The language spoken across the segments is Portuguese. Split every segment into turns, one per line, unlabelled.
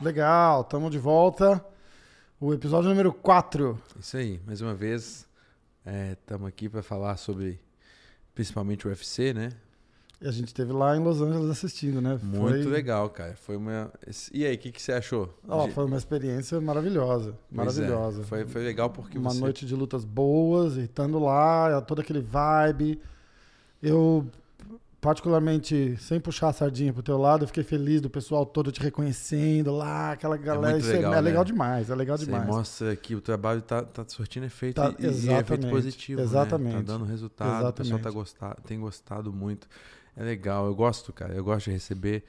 Legal, estamos de volta. O episódio número 4.
Isso aí, mais uma vez, estamos aqui para falar sobre principalmente o UFC, né?
E a gente esteve lá em Los Angeles assistindo, né?
Muito legal, cara. Foi uma. E aí, o que, que você achou?
Ó, foi uma experiência maravilhosa.
Pois é,
Maravilhosa.
Foi, foi legal porque
uma
você.
noite de lutas boas, e estando lá, é todo aquele vibe. Eu, particularmente, sem puxar a sardinha pro teu lado, eu fiquei feliz do pessoal todo te reconhecendo lá, aquela galera.
muito
Isso é-
legal,
é,
né?
legal demais, é legal
Você
demais.
mostra que o trabalho tá, tá surtindo efeito
Tá,
e, e é efeito
exatamente,
positivo.
exatamente,
Né? Tá dando resultado, o pessoal tá
exatamente.
gostar, tem gostado muito. É legal, eu gosto, cara. Eu gosto de receber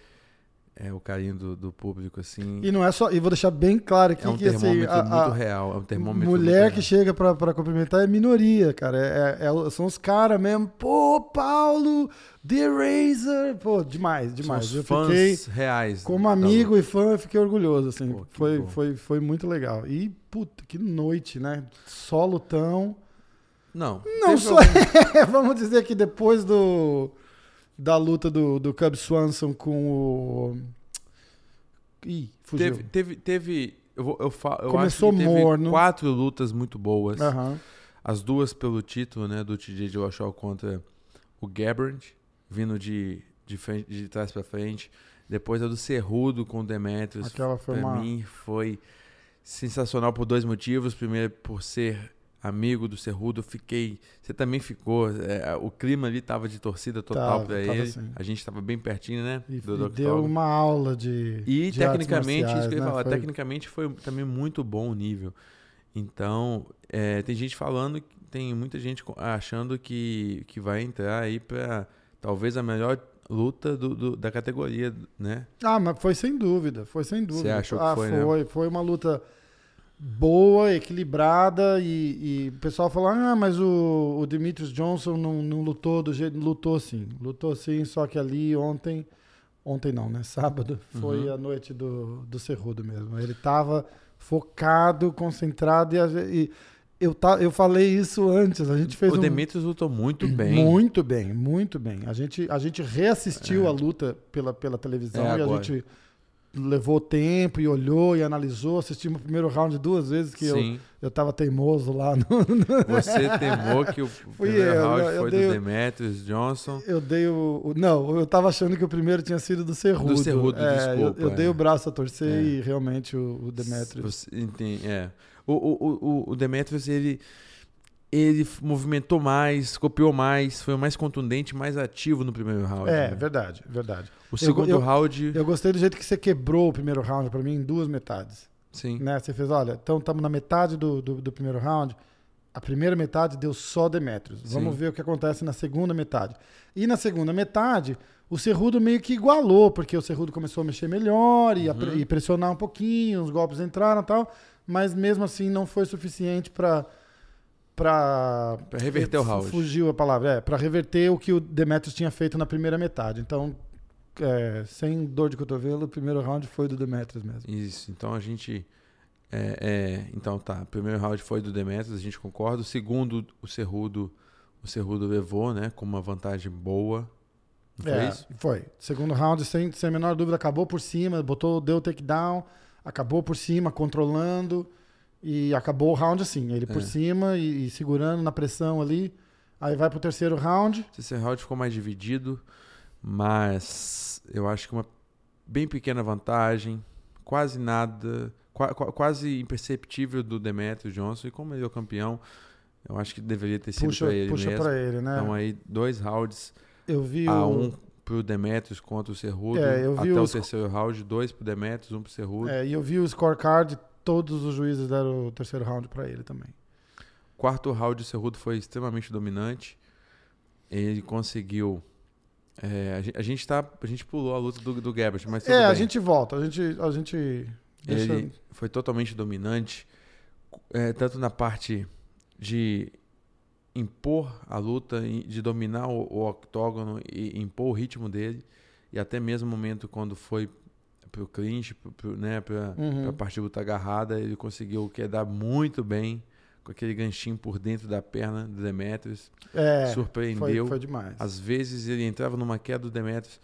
é, o carinho do, do público, assim.
E não é só. E vou deixar bem claro aqui
é um
que assim,
termômetro
a- a-
muito real. É um termômetro
Mulher
muito
que
real.
chega pra, pra cumprimentar é minoria, cara. É- é- é- são os caras mesmo. Pô, Paulo, The Razor. Pô, demais,
São
demais.
os
eu
fãs
fiquei,
reais.
como
da
amigo
luta.
e fã, eu fiquei orgulhoso, assim.
Pô, que
foi,
bom.
foi, foi muito legal. E, puta, que noite, né? Só lutão.
Não.
Não
teve um-
só é, Vamos dizer que depois do da luta do, do Cub Swanson com o... Ih, fugiu.
Teve, teve, teve- eu, vou- eu, fa- eu
Começou
acho que teve
morno.
quatro lutas muito boas.
Aham.
As duas pelo título, né, do TJ Dillashaw contra o Gabbard, vindo de, de, frente- de trás pra frente. Depois a do Cerrudo com o Demetrius.
Aquela foi
pra
uma-
mim foi sensacional por dois motivos. Primeiro, por ser amigo do Cerrudo, eu fiquei... Você também ficou... é, o clima ali tava de torcida total
Tava,
pra
tava
ele.
sim.
A gente tava bem pertinho, né?
E,
do
e deu
octógono.
uma aula de
E
de artes
tecnicamente, isso que eu ia
marciais, né?
falar,
Foi-
tecnicamente foi também muito bom o nível. Então, é, tem gente falando, tem muita gente co- achando que, que vai entrar aí pra talvez a melhor luta do, do- da categoria, né?
Ah, mas foi sem dúvida, foi sem dúvida.
achou que
ah,
foi, né?
foi, foi uma luta boa, equilibrada e, e o pessoal falou, ah, mas o, o Demetrius Johnson não, não lutou do jeito, lutou sim, lutou sim, só que ali ontem, ontem não, né, sábado, foi
Uhum.
a noite do, do Cerrudo mesmo. Ele tava focado, concentrado e, a ge- e eu, ta, eu falei isso antes, a gente fez
o
um...
Demetrius lutou muito bem.
Muito bem, muito bem. A gente, a gente reassistiu a luta pela, pela televisão
É,
e a
agora.
gente levou tempo e olhou e analisou. Assistimos o primeiro round duas vezes que eu,
Sim,
eu tava teimoso lá. No,
você temou que o primeiro
eu,
round
eu
foi
dei o-
do Demetrius Johnson.
eu dei o, o- Não, eu tava achando que o primeiro tinha sido do Cerrudo.
Do Cerrudo,
É, eu-
desculpa,
Eu, dei
é.
o braço a torcer
É.
e realmente o, o Demetrius.
Você entende, é. O, o, o- o, o Demetrius, ele, ele f- movimentou mais, copiou mais, foi o mais contundente, mais ativo no primeiro round.
É,
né?
verdade, verdade.
O segundo
eu-
round,
Eu gostei do jeito que você quebrou o primeiro round pra mim em duas metades.
sim.
né? Você fez, olha, então estamos na metade do, do, do primeiro round. A primeira metade deu só Demetrius. Vamos
Sim.
ver o que acontece na segunda metade. E na segunda metade, o Cerrudo meio que igualou, porque o Cerrudo começou a mexer melhor e, a
Uhum.
pre- e pressionar um pouquinho, os golpes entraram e tal, mas mesmo assim não foi suficiente para para
Pra reverter o round.
Fugiu a palavra, é, para reverter o que o Demetrius tinha feito na primeira metade. Então, é, sem dor de cotovelo, o primeiro round foi do Demetrius mesmo.
Isso, então a gente. É, é, então tá, o primeiro round foi do Demetrius, a gente concorda. O segundo, o Cerrudo, o Cerrudo levou, né? Com uma vantagem boa. Não foi
É,
isso?
foi. Segundo round, sem, sem a menor dúvida, acabou por cima, botou, deu o takedown, acabou por cima, controlando. E acabou o round assim. Ele
É.
por cima e, e segurando na pressão ali. Aí vai pro terceiro round.
Esse round ficou mais dividido, mas eu acho que uma bem pequena vantagem, quase nada, qua- qua- quase imperceptível do Demetrio Johnson. E como ele é o campeão, eu acho que deveria ter sido
puxa
pra ele
puxa
mesmo.
pra ele, né?
Então aí, dois rounds
eu vi
a
o.
um pro Demetrius contra o Cerrudo,
É, eu vi
até o
os-
terceiro round, dois pro Demetrius, um pro Cerrudo.
é, e eu vi o scorecard, todos os juízes deram o terceiro round pra ele também.
Quarto round, o Cerrudo foi extremamente dominante. Ele conseguiu. é, a, gente, a gente tá, a gente pulou a luta do, do Gabbert, mas tudo
é, a
bem.
gente volta, a gente. A gente deixa-
Ele foi totalmente dominante, é, tanto na parte de impor a luta, e de dominar o, o octógono e impor o ritmo dele. E até mesmo o momento quando foi pro clinch, pro, pro, né, pra,
Uhum.
pra parte de luta agarrada, ele conseguiu quedar muito bem com aquele ganchinho por dentro da perna do Demetrius.
É,
surpreendeu.
foi, foi demais.
Às vezes ele entrava numa queda do Demetrius,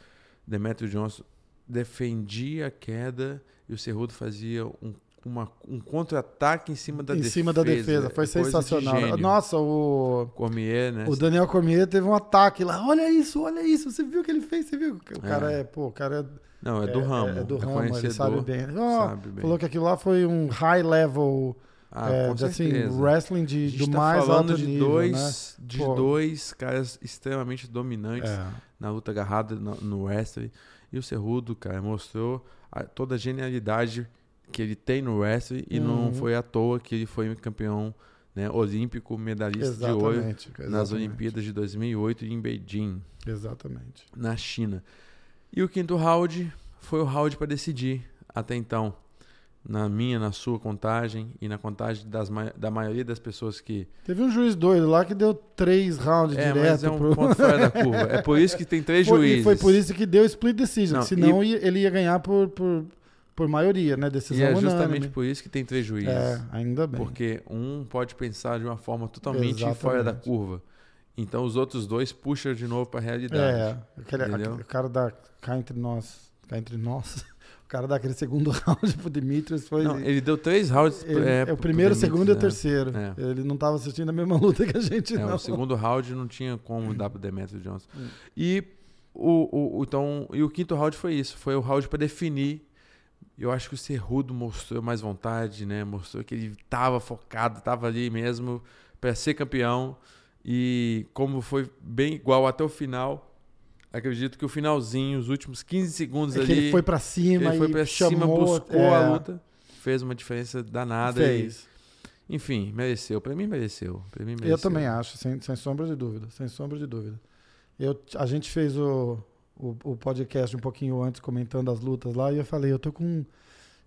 Demetrius Johnson defendia a queda e o Cerrudo fazia um, uma- um contra-ataque em cima da
em
defesa. É
cima da defesa, foi
Coisa de
sensacional.
gênio.
Nossa, o,
Cormier, né?
o Daniel Cormier teve um ataque lá. Olha isso, olha isso. Você viu o que ele fez? Você viu? O cara é, pô, o cara é
Não, é do ramo.
É, do ramo,
conhecedor,
ele sabe bem. Ele, ó,
sabe bem.
Falou que aquilo lá foi um high level
Ah,
é,
com
de, assim,
certeza.
wrestling de,
a gente
do
tá
mais
falando
alto
de
nível, né?
dois, de
Pô.
dois caras extremamente dominantes
né?
na luta agarrada no, no wrestling. E o Cerrudo, cara, mostrou a- toda a genialidade que ele tem no wrestling e
Uhum.
não foi à toa que ele foi campeão né, olímpico,
É,
medalhista de ouro
exatamente.
nas
exatamente,
Olimpíadas de 2008 em Beijing,
Exatamente.
na China. E o quinto round foi o round para decidir até então. Na minha, na sua contagem e na contagem das, ma- da maioria das pessoas que
Teve um juiz doido lá que deu três rounds
É,
direto
mas é um
pro.
ponto fora da curva. É por isso que tem três
Foi,
juízes.
e foi por isso que deu split decision.
Não,
senão ia- ele ia ganhar por, por, por maioria, né?
E
Decisão
é
unânime.
justamente por isso que tem três juízes.
É, ainda bem.
porque um pode pensar de uma forma totalmente
Exatamente.
fora da curva. Então os outros dois puxam de novo para a realidade.
É, aquele,
Entendeu?
aquele- o cara da cá entre nós, cá entre nós, o cara daquele segundo round pro Dimitrios foi
Não, ele deu três rounds.
é. ele- é,
pro-
o
pro
primeiro,
Demetrius,
o segundo e o
né?
terceiro.
É.
Ele não tava assistindo a mesma luta que a gente
É,
não.
o segundo round não tinha como dar pro Demetrius Johnson.
Hum.
E o, o- então, e o quinto round foi isso. Foi o round para definir. Eu acho que o Cerrudo mostrou mais vontade, né? Mostrou que ele tava focado, tava ali mesmo para ser campeão. E como foi bem igual até o final, acredito que o finalzinho, os últimos 15 segundos
É que
ali,
ele foi pra
ele
cima
foi
e
pra
chamou,
cima, buscou
é,
a luta, é fez uma diferença danada. E,
Fez.
enfim, mereceu. Para mim mereceu. Pra mim mereceu.
Eu também acho, sem, sem sombra de dúvida, sem sombra de dúvida. Eu, a gente fez o, o, o podcast um pouquinho antes, comentando as lutas lá, e eu falei, eu tô com.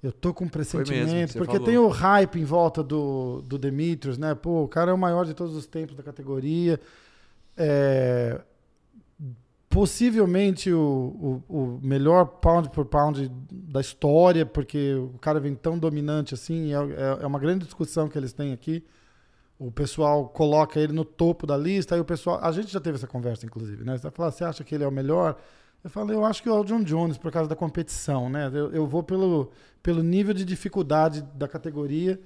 Eu tô com um
mesmo,
pressentimento,
você
porque
falou.
tem o hype em volta do, do Demetrius, né? Pô, o cara é o maior de todos os tempos da categoria. É, possivelmente o, o, o melhor pound por pound da história, porque o cara vem tão dominante assim, e é, é- é uma grande discussão que eles têm aqui. O pessoal coloca ele no topo da lista, aí o pessoal. A gente já teve essa conversa, inclusive, né? Você vai falar, você acha que ele é o melhor? Eu falo, eu acho que é o John Jones, por causa da competição, né? Eu, eu vou pelo, pelo nível de dificuldade da categoria,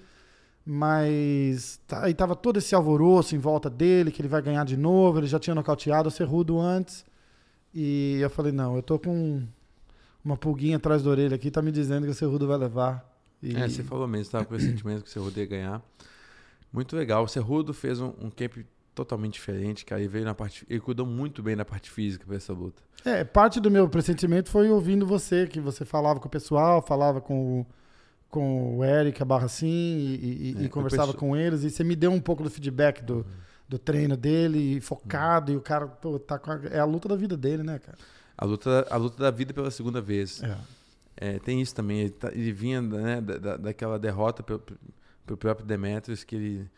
mas tá- aí tava todo esse alvoroço em volta dele, que ele vai ganhar de novo, ele já tinha nocauteado o Cerrudo antes. E eu falei, não, eu tô com uma pulguinha atrás da orelha aqui, tá me dizendo que o Cerrudo vai levar. E
É, você falou mesmo, estava com esse sentimento que o Cerrudo ia ganhar. Muito legal. O Cerrudo fez um, um camp totalmente diferente, cara. Ele veio na parte. Ele cuidou muito bem da parte física para essa luta.
É, parte do meu pressentimento foi ouvindo você, que você falava com o pessoal, falava com o, com o Eric, a barra sim, e, e-
É,
e
o
conversava
pessoal- Uhum.
com eles, e você me deu um pouco do feedback do, do treino dele, e focado, e o cara pô, tá com a, é a luta da vida dele, né, cara?
A luta, a luta da vida pela segunda vez. É, tem isso também. Ele, tá- ele vinha né, da, da- daquela derrota pro, pro próprio Demetrius, que ele.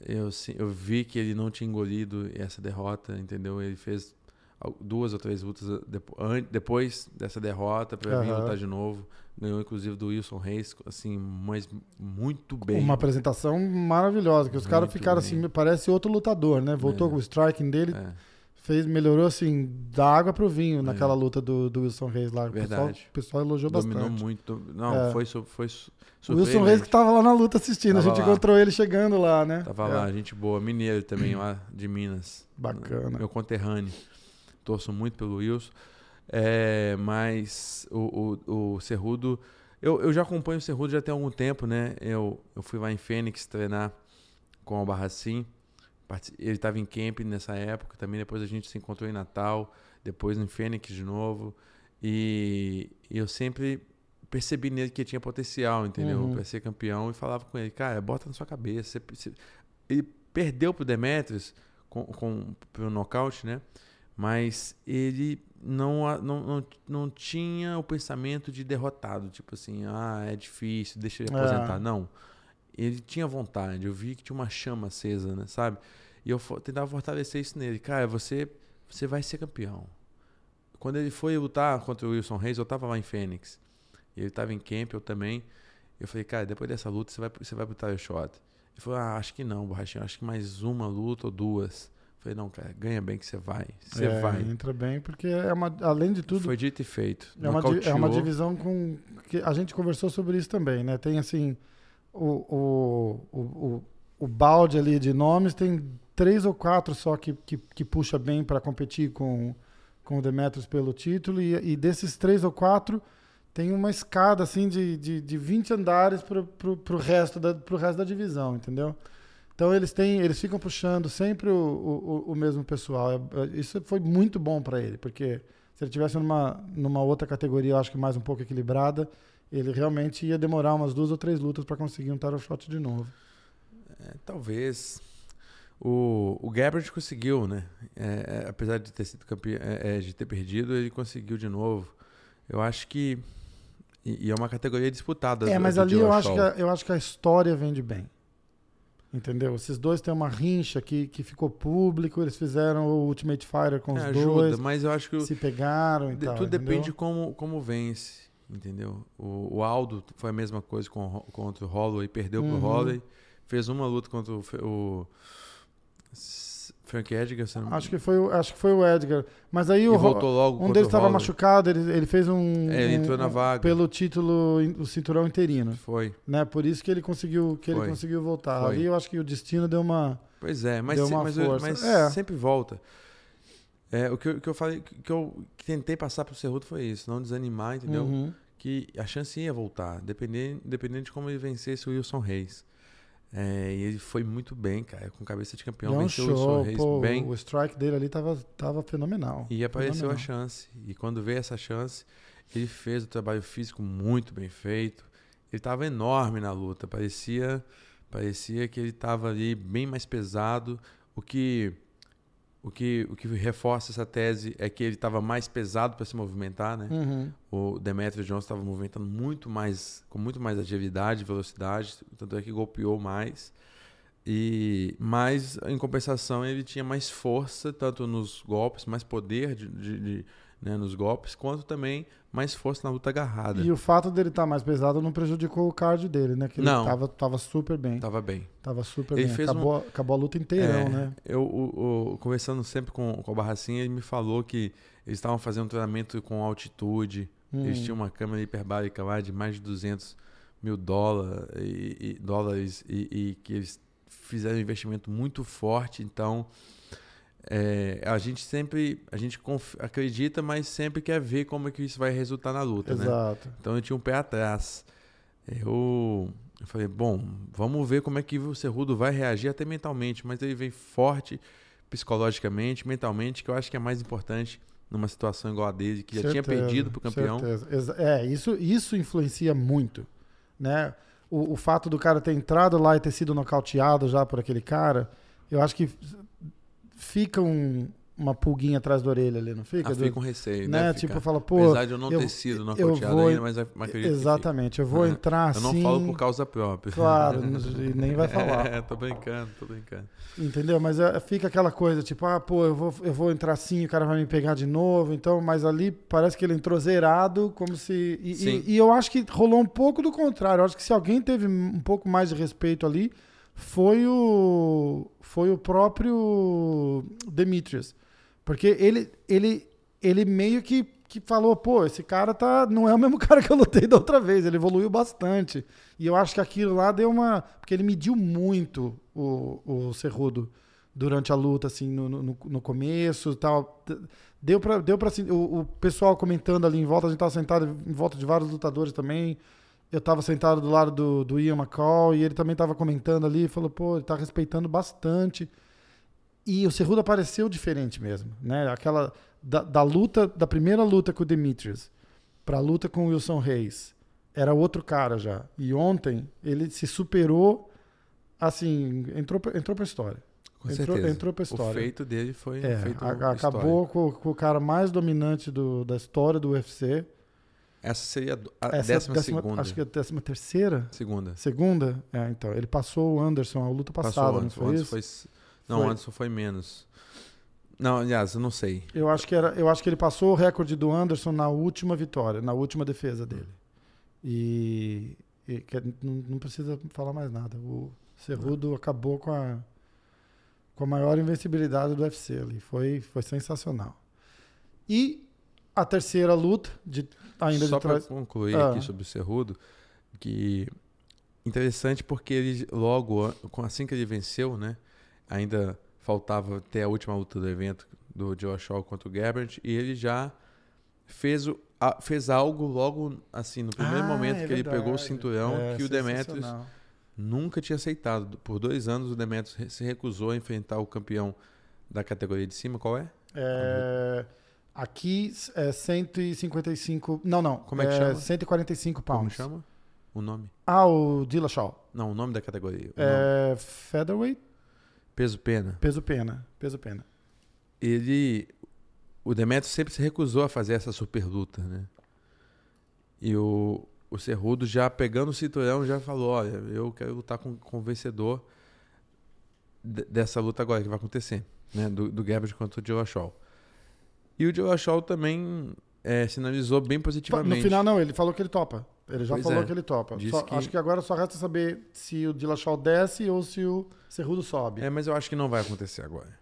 Eu, se- eu vi que ele não tinha engolido essa derrota, entendeu? Ele fez al- duas ou três lutas eh, depo- an- depois dessa derrota para vir
Aham.
lutar de novo. Ganhou, inclusive, do Wilson Reis, assim, mas muito bem. É,
Uma apresentação maravilhosa, que os caras
Muito
ficaram
bem.
assim, parece outro lutador, né? Voltou
É.
com o striking dele,
É,
fez, melhorou assim, da água pro vinho naquela
É.
luta do, do Wilson Reis lá. O pessoal,
Verdade.
o pessoal elogiou
dominou
bastante.
muito. Não,
É.
foi, su- foi su-
O Wilson Reis que
surpreendente.
tava lá na luta assistindo, a
Tava
gente
lá.
encontrou ele chegando lá, né?
Tava
É,
lá, gente boa. Mineiro também, lá de Minas.
Bacana.
Meu conterrâneo. Torço muito pelo Wilson. É, mas o, o, o Cerrudo. Eu, eu já acompanho o Cerrudo já tem algum tempo, né? Eu, eu fui lá em Fênix treinar com o Barracim. Parti- Ele estava em camp nessa época também. Depois a gente se encontrou em Natal. Depois em Fênix de novo. E eu sempre percebi nele que tinha potencial, entendeu?
Uhum.
Pra ser campeão. E falava com ele, cara, bota na sua cabeça. Você, você... Ele perdeu pro Demetrius com, com, pro nocaute, né? Mas ele não, a- não, não, não tinha o pensamento de derrotado, tipo assim, ah, é difícil, deixa ele
É.
aposentar. Não. Ele tinha vontade, eu vi que tinha uma chama acesa, né, sabe? E eu fo- tentava fortalecer isso nele. Cara, você, você vai ser campeão. Quando ele foi lutar contra o Wilson Reis, eu tava lá em Fênix. E ele tava em camp, eu também. Eu falei, cara, depois dessa luta você vai, você vai pro title shot. Ele falou, ah, acho que não, borrachinha. Acho que mais uma luta ou duas. Eu falei, não, cara, ganha bem que você vai. Você
É,
vai.
Entra bem, porque é uma, além de tudo,
Foi dito e feito.
É uma, di- é uma
Nocauteou.
divisão com. Que a gente conversou sobre isso também, né? Tem assim. O, o, o, o, o balde ali de nomes tem três ou quatro só que, que, que puxa bem para competir com, com o Demetrius pelo título. E, e desses três ou quatro, tem uma escada assim de, de, de 20 andares pro, pro, pro, resto da, pro resto da divisão, entendeu? Então eles têm, eles ficam puxando sempre o, o, o- o mesmo pessoal. É- é- Isso foi muito bom para ele, porque se ele tivesse numa, numa outra categoria, eu acho que mais um pouco equilibrada, ele realmente ia demorar umas duas ou três lutas para conseguir um title shot de novo.
É, talvez. O, o Gabbard conseguiu, né? É, é, apesar de ter sido campeão, é, de ter perdido, ele conseguiu de novo. Eu acho que. E, e é uma categoria disputada.
É,
do-
mas
do
ali eu acho,
Dillashaw.
que a, eu acho que a história vende bem. Entendeu? Esses dois têm uma rincha que, que ficou público, eles fizeram o Ultimate Fighter com os
É,
dois,
mas eu acho que. o-
se pegaram e
de-
tal.
tudo
entendeu?
depende de como, como vence, entendeu? O, o Aldo foi a mesma coisa com, o Ho- contra o Holloway, perdeu pro
Uhum.
Holloway, fez uma luta contra o. Fe- o S- Frank Edgar, se não
Acho que foi, o- acho que foi o Edgar. Mas aí
e
o, Ro-
voltou logo
Um
contra
deles
o
estava
Holloway.
machucado, ele, ele fez um.
É, ele
um-
entrou na
um-
vaga.
Pelo título, in- o cinturão interino.
Foi.
Né? Por isso que ele conseguiu, que ele
Foi.
conseguiu voltar.
Foi.
Ali eu acho que o destino deu uma.
Pois é, mas,
Deu
se-
uma
mas eu-
força.
mas
É.
sempre volta. É, o que eu, que eu falei, que eu tentei passar pro Cerruto foi isso, não desanimar, entendeu?
Uhum.
Que a chance ia voltar, dependendo, dependendo de como ele vencesse o Wilson Reis. É, e ele foi muito bem, cara, com cabeça de campeão,
Deu um
venceu o Wilson
show.
Reis
pô,
bem
O strike dele ali tava, tava fenomenal.
e apareceu a
fenomenal.
chance. E quando veio essa chance, ele fez o trabalho físico muito bem feito. Ele estava enorme na luta, parecia parecia que ele estava ali bem mais pesado, o que o que o que reforça essa tese é que ele estava mais pesado para se movimentar, né?
Uhum.
O Demetrio Johnson estava movimentando muito mais, com muito mais agilidade, velocidade, tanto é que golpeou mais. E mas em compensação ele tinha mais força tanto nos golpes, mais poder de, de- de, né, nos golpes, quanto também mais força na luta agarrada.
E o fato dele estar mais pesado não prejudicou o card dele, né? Que ele
Não.
tava, tava super bem.
Tava bem.
Tava super
Ele
bem.
fez um
acabou, acabou a luta inteirão,
É,
né?
Eu o- o- conversando sempre com, com a Barracinha, ele me falou que eles estavam fazendo um treinamento com altitude, Eles
Hum.
tinham uma câmera hiperbárica lá de mais de 200 mil dólar, e, e- dólares e, e que eles fizeram um investimento muito forte. Então, é, a gente sempre a gente conf- acredita, mas sempre quer ver como é que isso vai resultar na luta, né?
Exato.
Então, eu tinha um pé atrás. Eu, eu falei, bom, vamos ver como é que o Cerrudo vai reagir até mentalmente, mas ele vem forte psicologicamente, mentalmente, que eu acho que é mais importante numa situação igual a dele, que já tinha
Certeza,
perdido pro campeão.
certeza. Exa- É, isso, isso influencia muito, né? O, o fato do cara ter entrado lá e ter sido nocauteado já por aquele cara, eu acho que f- fica um- uma pulguinha atrás da orelha ali, não fica?
Ah,
Do-
fica com receio, né?
né?
Fica-
Tipo, fala, pô,
Apesar de eu não
eu-
ter sido
eu
nocauteado
vou-
ainda, mas eu acredito que
exatamente, eu vou
É.
entrar
fica. Eu
assim...
não falo por causa própria.
Claro, e nem vai falar.
É, tô brincando, tô brincando.
Entendeu? Mas é, fica aquela coisa, tipo, ah, pô, eu vou, eu vou entrar assim, o cara vai me pegar de novo. Então, mas ali parece que ele entrou zerado, como se. E,
Sim.
e- e eu acho que rolou um pouco do contrário. Eu acho que se alguém teve um pouco mais de respeito ali, foi o. Foi o próprio Demetrius. Porque ele, ele, ele meio que, que falou, pô, esse cara tá, não é o mesmo cara que eu lutei da outra vez, ele evoluiu bastante. E eu acho que aquilo lá deu uma. Porque ele mediu muito o, o Cerrudo durante a luta, assim, no, no- no, no começo e tal. D- Deu pra, deu pra assim, o, o pessoal comentando ali em volta, a gente tava sentado em volta de vários lutadores também. Eu tava sentado do lado do, do Ian McCall e ele também tava comentando ali, falou, pô, ele tá respeitando bastante. E o Cerrudo apareceu diferente mesmo, né? Aquela da, da luta, da primeira luta com o Demetrius pra luta com o Wilson Reis, era outro cara já. E ontem ele se superou, assim, entrou, pra- entrou pra história.
Com
entrou,
certeza.
entrou pra
O
história.
feito dele foi
É,
um feito
a-
histórico.
acabou com, com o cara mais dominante do- da história do UFC.
Essa seria a do- a
Essa é a
décima, segunda.
Acho que é a décima terceira?
Segunda.
Segunda? É, então. Ele passou o Anderson a luta passada,
Passou
não
antes.
foi
antes
isso?
foi, s- Não,
Foi.
o Anderson foi menos. Não, aliás, eu não sei.
Eu acho que era, eu acho que ele passou o recorde do Anderson na última vitória, na última defesa dele. E, e que- é, não, não precisa falar mais nada. O Cerrudo acabou com a com a maior invencibilidade do UFC ali. Foi foi sensacional. E a terceira luta de ainda
Só
de
para
trás.
concluir
Ah.
aqui sobre o Cerrudo, que interessante porque ele logo, com- assim que ele venceu, né? Ainda faltava até a última luta do evento do Joe Shaw contra o Gabbert e ele já fez, o, a- fez algo logo assim, no primeiro
Ah,
momento
é
que ele pegou o
verdade.
cinturão,
É,
que o Demetrius
sensacional.
nunca tinha aceitado. Por dois anos o Demetrius re- se recusou a enfrentar o campeão da categoria de cima, qual é?
É, aqui é 155. Não, não.
Como é que chama?
145 pounds.
Como chama? O nome?
Ah, o Dillashaw.
Não, o nome da categoria. o nome.
É, featherweight,
Peso pena.
peso pena, peso pena.
ele. O Demetrio sempre se recusou a fazer essa super luta, né? E o, o Cerrudo já pegando o cinturão já falou: olha, eu quero lutar com, com o vencedor de- dessa luta agora que vai acontecer, né? Do, do Gabbard contra o Joe Shaw. E o Joe Shaw também eh, sinalizou bem
Tá, No
positivamente.
final não, ele falou que ele topa. Ele já
Pois
falou
é.
que ele topa.
Diz
Só-
que-
Acho que agora só resta saber se o Dillashaw desce ou se o Cerrudo sobe.
É, mas eu acho que não vai acontecer agora.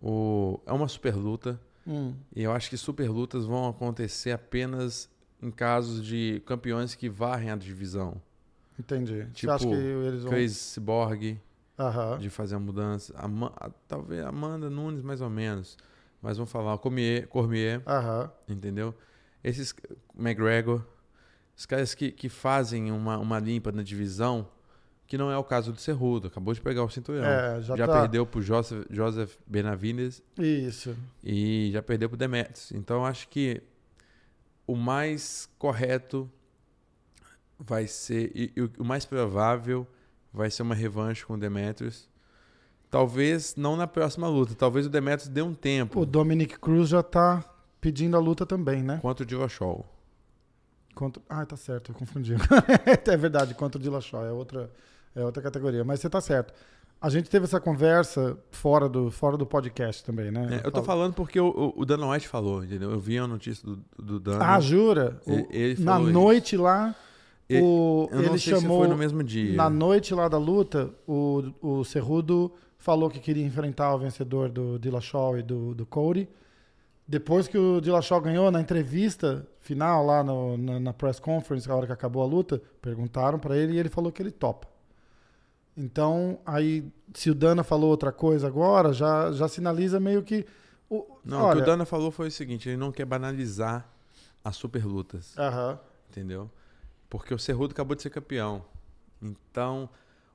O, é uma super luta.
Hum.
E eu acho que superlutas vão acontecer apenas em casos de campeões que varrem a divisão.
Entendi. Você
Tipo,
acha que eles vão...
Chris Cyborg,
Aham.
de fazer a mudança. Ama- a- talvez Amanda Nunes, mais ou menos. Mas vamos falar, Cormier, Cormier
Aham.
entendeu? Esses McGregor, os caras que, que fazem uma, uma limpa na divisão, que não é o caso do Cerrudo, acabou de pegar o cinturão.
É, já,
já
tá...
perdeu pro Joseph, Joseph Benavides
Isso.
e já perdeu pro Demetrius. Então eu acho que o mais correto vai ser e, e o- o mais provável vai ser uma revanche com o Demetrius. Talvez não na próxima luta, talvez o Demetrius dê um tempo
O Dominic Cruz já tá pedindo a luta também, né?
contra o Dillashaw.
Contra... Ah, tá certo, eu confundi. é verdade, contra o Dillashaw, é outra, é outra categoria. Mas você tá certo. A gente teve essa conversa fora do, fora do podcast também, né?
É, eu tô
falo-
falando porque o, o- o Dana White falou, entendeu? Eu vi a notícia do, do Dana.
Ah, jura? O-
ele, ele
na
falou isso.
noite lá,
E-
o,
Eu não
ele
sei
chamou.
se foi no mesmo dia.
Na noite lá da luta, o, o Cerrudo falou que queria enfrentar o vencedor do Dillashaw e do, do Cody. Depois que o Dillashaw ganhou, na entrevista final lá no- na, na press conference, a hora que acabou a luta, perguntaram pra ele e ele falou que ele topa. Então, aí, se o Dana falou outra coisa agora, já, já sinaliza meio que... O,
Não, o que o Dana falou foi o seguinte, ele não quer banalizar as super lutas.
Aham.
Entendeu? Porque o Cerrudo acabou de ser campeão. Então,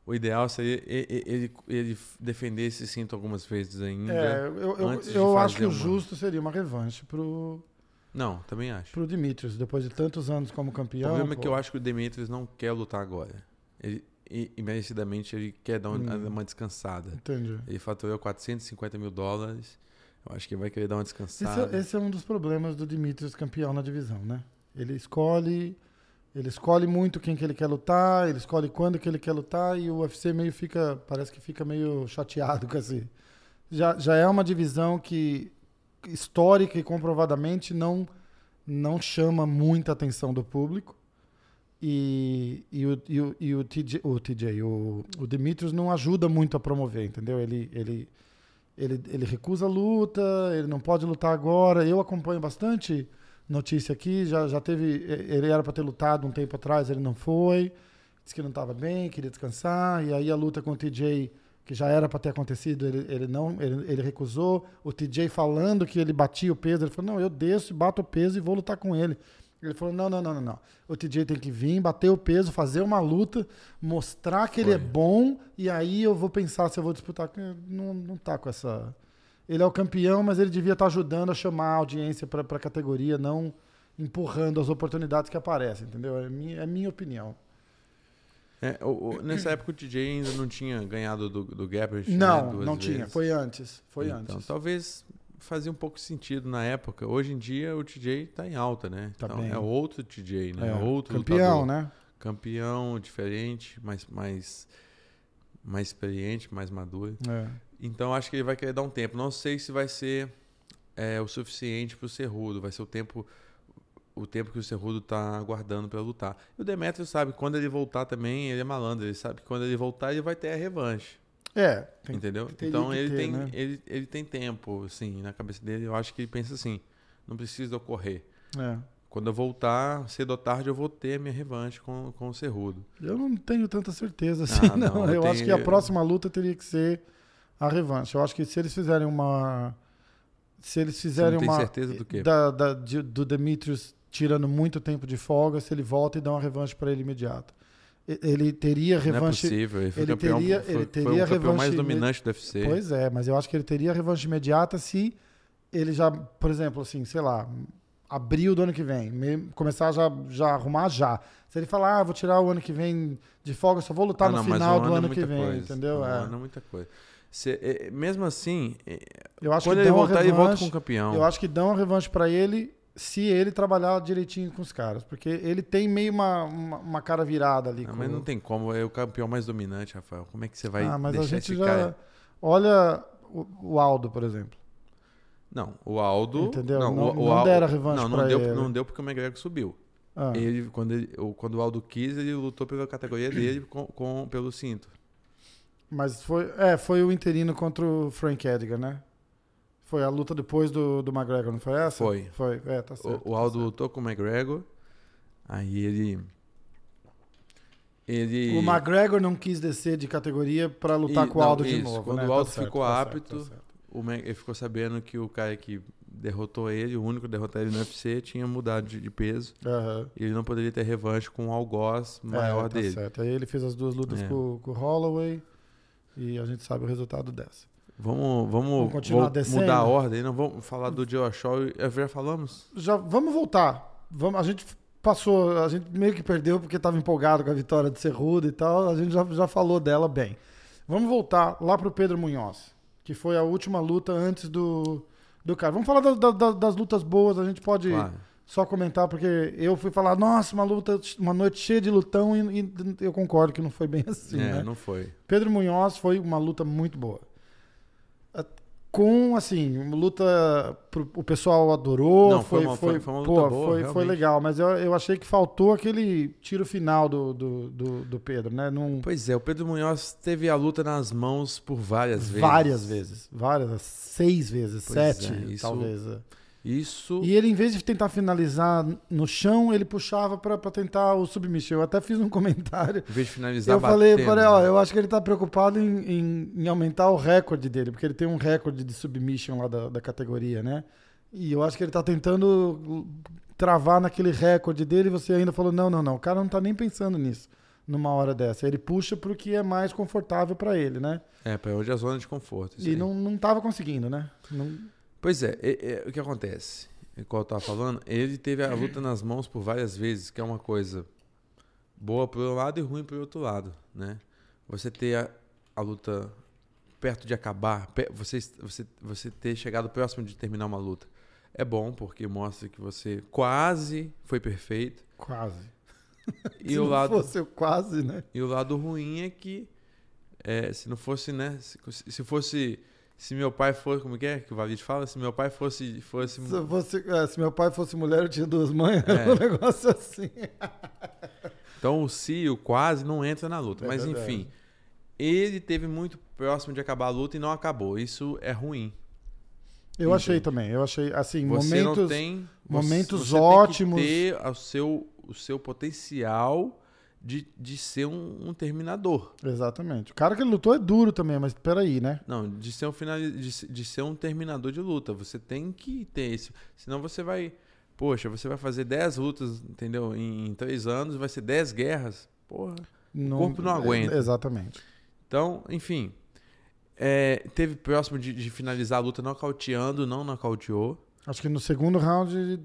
o ideal seria e- e- ele, ele defender esse cinto algumas vezes ainda.
É, eu, eu,
Né? antes de
eu acho
fazer
que o
uma-
justo seria uma revanche pro,
Não, também acho.
pro Dimitrios, depois de tantos anos como
O
campeão.
problema é
pô.
que eu acho que o Demetrius não quer lutar agora. Ele, e, e merecidamente ele quer dar um-
Hum.
uma descansada.
Entendi.
Ele faturou 450 mil dólares. Eu acho que ele vai querer dar uma
Esse,
descansada.
é- esse é um dos problemas do Dimitrios campeão na divisão, né? Ele escolhe, ele escolhe muito quem que ele quer lutar, ele escolhe quando que ele quer lutar e o UFC meio fica, parece que fica meio chateado com esse. Já, já é uma divisão que histórica e comprovadamente não não chama muita atenção do público. E, e, o, e, o, e o TJ, o, TJ o, o Demetrius não ajuda muito a promover, entendeu? Ele, ele, ele, ele recusa a luta, ele não pode lutar agora. Eu acompanho bastante notícia aqui, já, já teve. e- Ele era para ter lutado um tempo atrás, ele não foi. Disse que não estava bem, queria descansar. E aí a luta com o TJ, que já era para ter acontecido, ele, ele não ele, ele recusou. O TJ falando que ele batia o peso, ele falou: não, eu desço, bato o peso e vou lutar com ele. Ele falou: não, não, não, não, não. O TJ tem que vir, bater o peso, fazer uma luta, mostrar que ele é
Foi.
bom, e aí eu vou pensar se eu vou disputar. com ele. Não, não tá com essa. Ele é o campeão, mas ele devia estar ajudando a chamar a audiência para a categoria, não empurrando as oportunidades que aparecem, entendeu? É minha, é minha opinião.
É, o- o- nessa época o TJ ainda não tinha ganhado do, do Gabbert. né,
não,
duas
não tinha.
vezes.
Foi antes. Foi
Então,
antes.
talvez fazia um pouco sentido na época. Hoje em dia o TJ tá em alta, né?
Tá
então,
bem.
é outro TJ, né?
É,
outro
campeão,
lutador.
né?
Campeão, diferente, mas mais mais experiente, mais maduro.
É.
Então acho que ele vai querer dar um tempo. Não sei se vai ser é, o suficiente para o Cerrudo. Vai ser o tempo o tempo que o Cerrudo tá aguardando para lutar. E o Demetrio sabe que quando ele voltar também, ele é malandro. Ele sabe que quando ele voltar, ele vai ter a revanche.
É, tem
entendeu?
que teria
Então
que
ele,
ter,
tem,
né?
ele, ele tem tempo, assim, na cabeça dele. Eu acho que ele pensa assim: não precisa ocorrer.
é.
Quando eu voltar, cedo ou tarde, eu vou ter a minha revanche com, com o Cerrudo.
Eu não tenho tanta certeza assim,
Ah,
não.
não,
Eu,
eu
acho que a
tenho-
próxima luta teria que ser a revanche. Eu acho que se eles fizerem uma. Se eles fizerem
tem
uma.
certeza do quê?
Da, da- de- do Demetrius tirando muito tempo de folga, se ele volta e dá uma revanche para ele imediato. E- Ele teria
Não é
revanche.
possível. Ele foi
ele
o campeão,
teria-
foi,
ele
foi
teria
o campeão mais
revanche-
dominante do UFC.
Pois é, mas eu acho que ele teria revanche imediata se ele já, por exemplo, assim, sei lá, abril do ano que vem, me- começar já, já arrumar já. Se ele falar, ah, vou tirar o ano que vem de folga, só vou lutar
Ah,
tá no
não, mas
final
um
do ano
é
que
muita
vem,
coisa.
entendeu?
Um
É.
ano é muita coisa. Se- é, é, mesmo assim, é,
Eu acho
quando
que
ele
dão a
voltar, ele volta
revanche-
com o campeão.
Eu acho que dão a revanche pra ele se ele trabalhar direitinho com os caras. Porque ele tem meio uma, uma, uma cara virada ali.
Ah,
com-
mas não tem como, é o campeão mais dominante, Rafael. Como é que você vai
Ah, mas a
deixar
gente
esse
já.
cara?
Olha o, o Aldo, por exemplo.
Não, o Aldo.
Entendeu?
Não,
Não-
o, o
não
Aldo-
deram a revanche
Não, não
pra
deu,
ele.
não deu porque o McGregor subiu.
Ah,
Ele, quando, ele, o, quando o Aldo quis, ele lutou pela categoria dele com, com- pelo cinto.
Mas foi, é, foi o interino contra o Frank Edgar, né? Foi a luta depois do, do McGregor, não foi essa?
Foi.
Foi, é, tá certo.
O, o Aldo lutou com o McGregor. Aí ele. Ele.
O McGregor não quis descer de categoria pra lutar
E-
com o
não,
Aldo de
isso.
novo.
Quando
né?
o
Tá
Aldo
certo,
ficou
tá certo, tá
apto,
certo.
O Mac- ele ficou sabendo que o cara que derrotou ele, o único que derrotou ele no UFC, tinha mudado de, de peso.
Aham.
E ele não poderia ter revanche com o algoz maior
É, tá
dele.
certo. Aí ele fez as duas lutas
É.
com, com o Holloway e a gente sabe o resultado dessa.
Vamos, vamos,
continuar
vol-
descendo?
mudar a ordem, não vamos falar do Joe Shaw. e- Já falamos?
Já vamos voltar. Vamos, a gente passou, a gente meio que perdeu porque estava empolgado com a vitória de Cerrudo e tal. A gente já, já falou dela bem. Vamos voltar lá pro Pedro Munhoz, que foi a última luta antes do, do cara. Vamos falar da- da- da- das lutas boas, a gente pode
Claro.
só comentar, porque eu fui falar, nossa, uma luta, uma noite cheia de lutão, e, e eu concordo que não foi bem assim,
é,
né?
não foi.
Pedro Munhoz foi uma luta muito boa. A- Com, assim, uma luta pro, o pessoal adorou.
Não,
foi,
foi uma- foi- foi uma luta boa,
pô, foi, foi
realmente.
legal, mas eu, eu achei que faltou aquele tiro final do, do, do, do Pedro, né? Num,
Pois é, o Pedro Munhoz teve a luta nas mãos por várias vezes.
várias vezes. Várias, seis vezes,
Pois
sete,
é, isso-
talvez. é.
Isso.
E ele, em vez de tentar finalizar no chão, ele puxava pra pra tentar o submission. Eu até fiz um comentário
Em vez de finalizar
Eu falei,
batendo.
falei, ó, eu acho que ele tá preocupado em, em- em aumentar o recorde dele, porque ele tem um recorde de submission lá da, da categoria, né? E eu acho que ele tá tentando travar naquele recorde dele e você ainda falou, não, não, não, o cara não tá nem pensando nisso numa hora dessa. Ele puxa pro que é mais confortável pra ele, né?
É, pra onde é a zona de conforto. isso
E
aí.
não, não tava conseguindo, né? Não-
Pois é, é- é, o que acontece? Igual eu tava falando, ele teve a luta nas mãos por várias vezes, que é uma coisa boa pro um lado e ruim pro outro lado, né? Você ter a, a luta perto de acabar, pe- você, est- você, você ter chegado próximo de terminar uma luta, é bom porque mostra que você quase foi perfeito.
quase.
E
Se
o
não
lado
fosse o quase, né?
e o lado ruim é que é, se não fosse, né? Se, se fosse. Se meu pai fosse. Como que é que o Valide fala? Se meu pai fosse. fosse
Se, eu fosse- é, se meu pai fosse mulher, eu tinha duas mães,
É.
um negócio assim.
Então o si, o quase não entra na luta.
É
Mas
verdade.
enfim, ele teve muito próximo de acabar a luta e não acabou. Isso é ruim.
Eu achei também, eu achei, assim,
Você
momentos...
não tem você-
momentos
você tem que
ótimos.
ter o seu o seu potencial de, de ser um, um terminador.
Exatamente. O cara que ele lutou é duro também, mas peraí, né?
Não, de ser um final de, se- de ser um terminador de luta. Você tem que ter isso. Senão você vai, poxa, você vai fazer 10 lutas, entendeu? Em, em 3 anos vai ser 10 guerras. Porra. corpo não aguenta.
É, Exatamente.
Então, enfim. é, teve próximo de, de finalizar a luta nocauteando, não nocauteou.
Acho que no segundo round,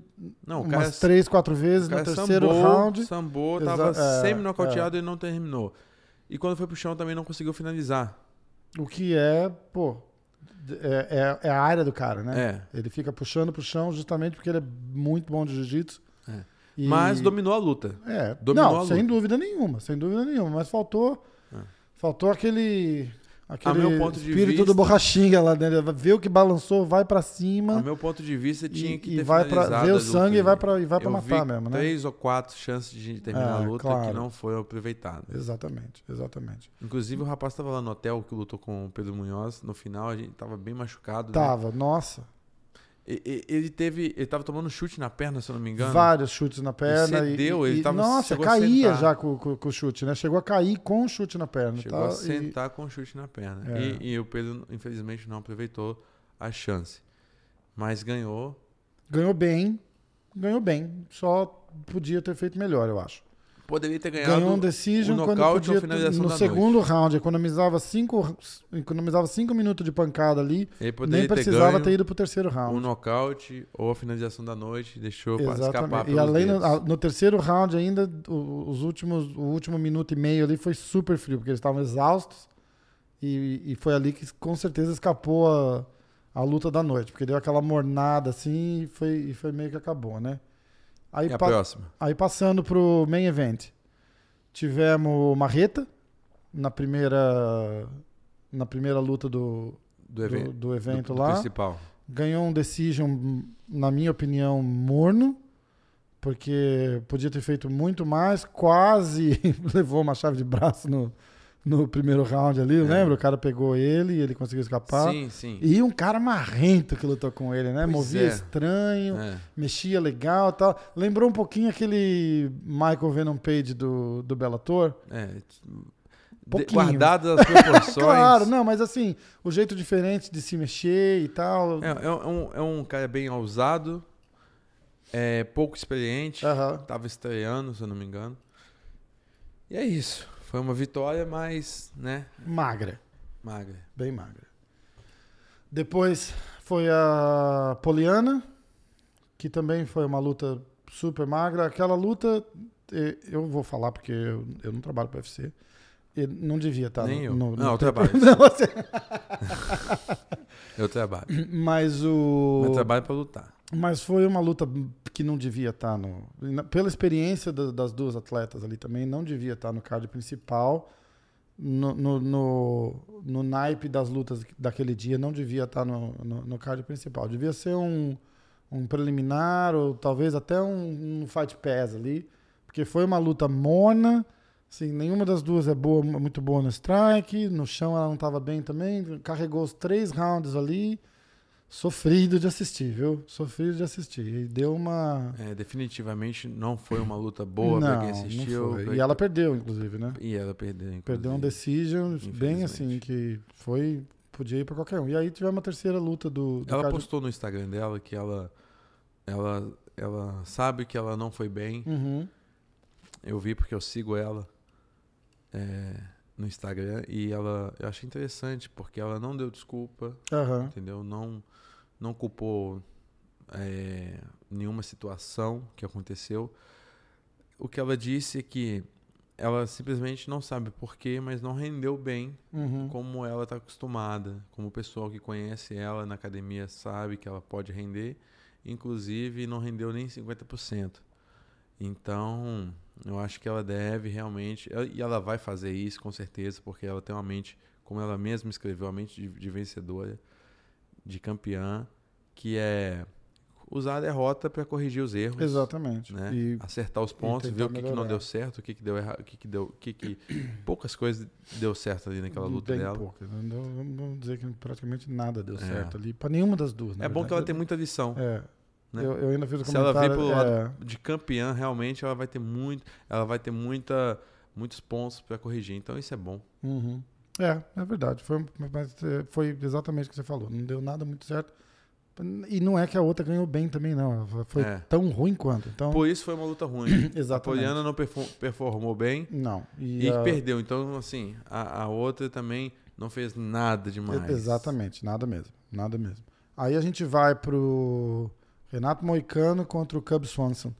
Não, o cara, é
umas três, quatro
o
vezes. No
cara é
terceiro
sambou,
round,
sambou,
Exa-
tava
é,
semi-nocauteado e não terminou. E quando foi pro chão também não conseguiu finalizar.
o que é, pô, é, é- é a área do cara, né?
É.
Ele fica puxando pro chão justamente porque ele é muito bom de jiu-jitsu.
É.
E-
Mas dominou a luta.
É,
dominou
não,
a
sem
luta.
dúvida nenhuma, sem dúvida nenhuma. Mas faltou...
É.
Faltou aquele. Aquele
meu ponto de
espírito
vista-
do borrachinha lá dentro. Vê o que balançou, vai pra
A
cima.
meu ponto de vista, tinha
E-
que
e
ter
vai pra-
finalizado né?
vê o
a luta
sangue e
ali.
vai pra- e vai pra
Eu
matar
vi
mesmo, né?
três ou quatro chances de terminar a
É,
luta que
claro.
não foram aproveitadas.
Exatamente, exatamente.
Inclusive, o rapaz tava lá no hotel que lutou com o Pedro Munhoz. No final, a gente tava bem machucado. né?
Tava, nossa.
E- e- ele teve. Ele tava tomando um chute na perna, se eu não me engano.
Vários chutes na perna. E
cedeu,
e-
ele
e-
tava-
Nossa,
chegou a
caía
sentar.
já com, com, com o chute, né? Chegou a cair com o chute na perna.
Chegou
tá?
a
E-
sentar com chute na perna.
É.
E, e o Pedro, infelizmente, não aproveitou a chance. Mas ganhou.
Ganhou bem, ganhou bem. Só podia ter feito melhor, eu acho.
Poderia ter ganhado.
Ganhou um decision
o
quando
nocaute ou
podia.
finalização
No
da
segundo round, economizava cinco, economizava cinco minutos de pancada ali.
Ele
nem
poderia ter
precisava
ganho
ter ido pro terceiro
um
round.
nocaute ou a finalização da noite. Deixou pra escapar
Exatamente.
pelos
E além no,
dedos.
a- no terceiro round ainda, o- os últimos, o último minuto e meio ali foi super frio, porque eles estavam exaustos. E, e foi ali que com certeza escapou a, a luta da noite, porque deu aquela mornada assim e foi, e foi meio que acabou, né? Aí
E a
pa-
próxima?
Aí passando pro main event, tivemos o Marreta na primeira na primeira luta do,
Do
do,
evento.
do evento
do- do
lá.
principal.
Ganhou um decision, na minha opinião, morno, porque podia ter feito muito mais, quase levou uma chave de braço no, no primeiro round ali,
É.
lembra? O cara pegou ele e ele conseguiu escapar.
Sim, sim.
E um cara marrento que lutou com ele, né?
Pois
Movia
é.
estranho,
É.
mexia legal e tal. Lembrou um pouquinho aquele Michael Venom Page do, do Bellator.
É, t- de,
Pouquinho.
guardadas as proporções.
Claro, não, mas assim, o jeito diferente de se mexer e tal.
É, é um, é um cara bem ousado, é pouco experiente,
Aham.
tava estreando, se eu não me engano. E é isso. Foi uma vitória, mas, né,
Magra,
magra.
bem magra. Depois foi a Poliana, que também foi uma luta super magra. Aquela luta, eh, eu vou falar porque eu, eu não trabalho para UFC. E não devia estar
Nem
no,
eu.
no-
não,
no-
eu trabalho.
Não, você-
Eu É trabalho.
Mas o.
Eu trabalho pra lutar.
Mas foi uma luta que não devia estar no. na- Pela experiência da- das duas atletas ali também, não devia estar no card principal. No, no, no, no naipe das lutas daquele dia, não devia estar no, no, no card principal. Devia ser um, um preliminar ou talvez até um, um fight pass ali. Porque foi uma luta morna. Assim, nenhuma das duas é boa, muito boa no strike. No chão ela não estava bem também. Carregou os três rounds ali. Sofrido de assistir, viu? Sofrido de assistir. E deu uma.
É, definitivamente não foi uma luta boa pra
não,
quem
não
assistiu.
foi.
pra-
E ela perdeu, inclusive, né?
E ela perdeu, inclusive.
Perdeu um decision
infelizmente.
bem assim, que foi. Podia ir pra qualquer um. E aí tivemos uma terceira luta do. do
Ela
card-
postou no Instagram dela que ela, ela, ela sabe que ela não foi bem.
Uhum.
Eu vi porque eu sigo ela é, no Instagram e ela eu achei interessante porque ela não deu desculpa,
Aham.
entendeu? Não não culpou é, nenhuma situação que aconteceu. O que ela disse é que ela simplesmente não sabe porquê, mas não rendeu bem
Uhum.
como ela está acostumada, como o pessoal que conhece ela na academia sabe que ela pode render, inclusive não rendeu nem 50%. Então, eu acho que ela deve realmente, ela- e ela vai fazer isso com certeza, porque ela tem uma mente, como ela mesma escreveu, uma mente de, de vencedora, de campeã, que é usar a derrota para corrigir os erros
Exatamente.
né?
E
acertar os pontos,
tentar
ver o que, que não
melhorar.
deu certo, o que, que deu errado, o que, que deu. O que que... Poucas coisas deu certo ali naquela luta
bem
dela.
pouca. Não deu- Vamos dizer que praticamente nada deu
É.
certo ali. Pra nenhuma das duas, na
É bom que ela
verdade.
tem muita lição.
É.
né?
Eu, eu ainda fiz o
Se ela
comentário.
vir pelo
é,
De campeã, realmente, ela vai ter muito. Ela vai ter muita, muitos pontos para corrigir. Então isso é bom.
Uhum. É, é verdade. Foi, mas é, foi exatamente o que você falou. Não deu nada muito certo. E não é que a outra ganhou bem também, não. Foi
É.
tão ruim quanto. Então,
Por isso foi uma luta ruim. a
exatamente.
Poliana não perfo- performou bem
Não.
e,
E, a-
perdeu. Então, assim, a, a outra também não fez nada demais.
Exatamente, nada mesmo. Nada mesmo. Aí a gente vai pro Renato Moicano contra o Cub Swanson.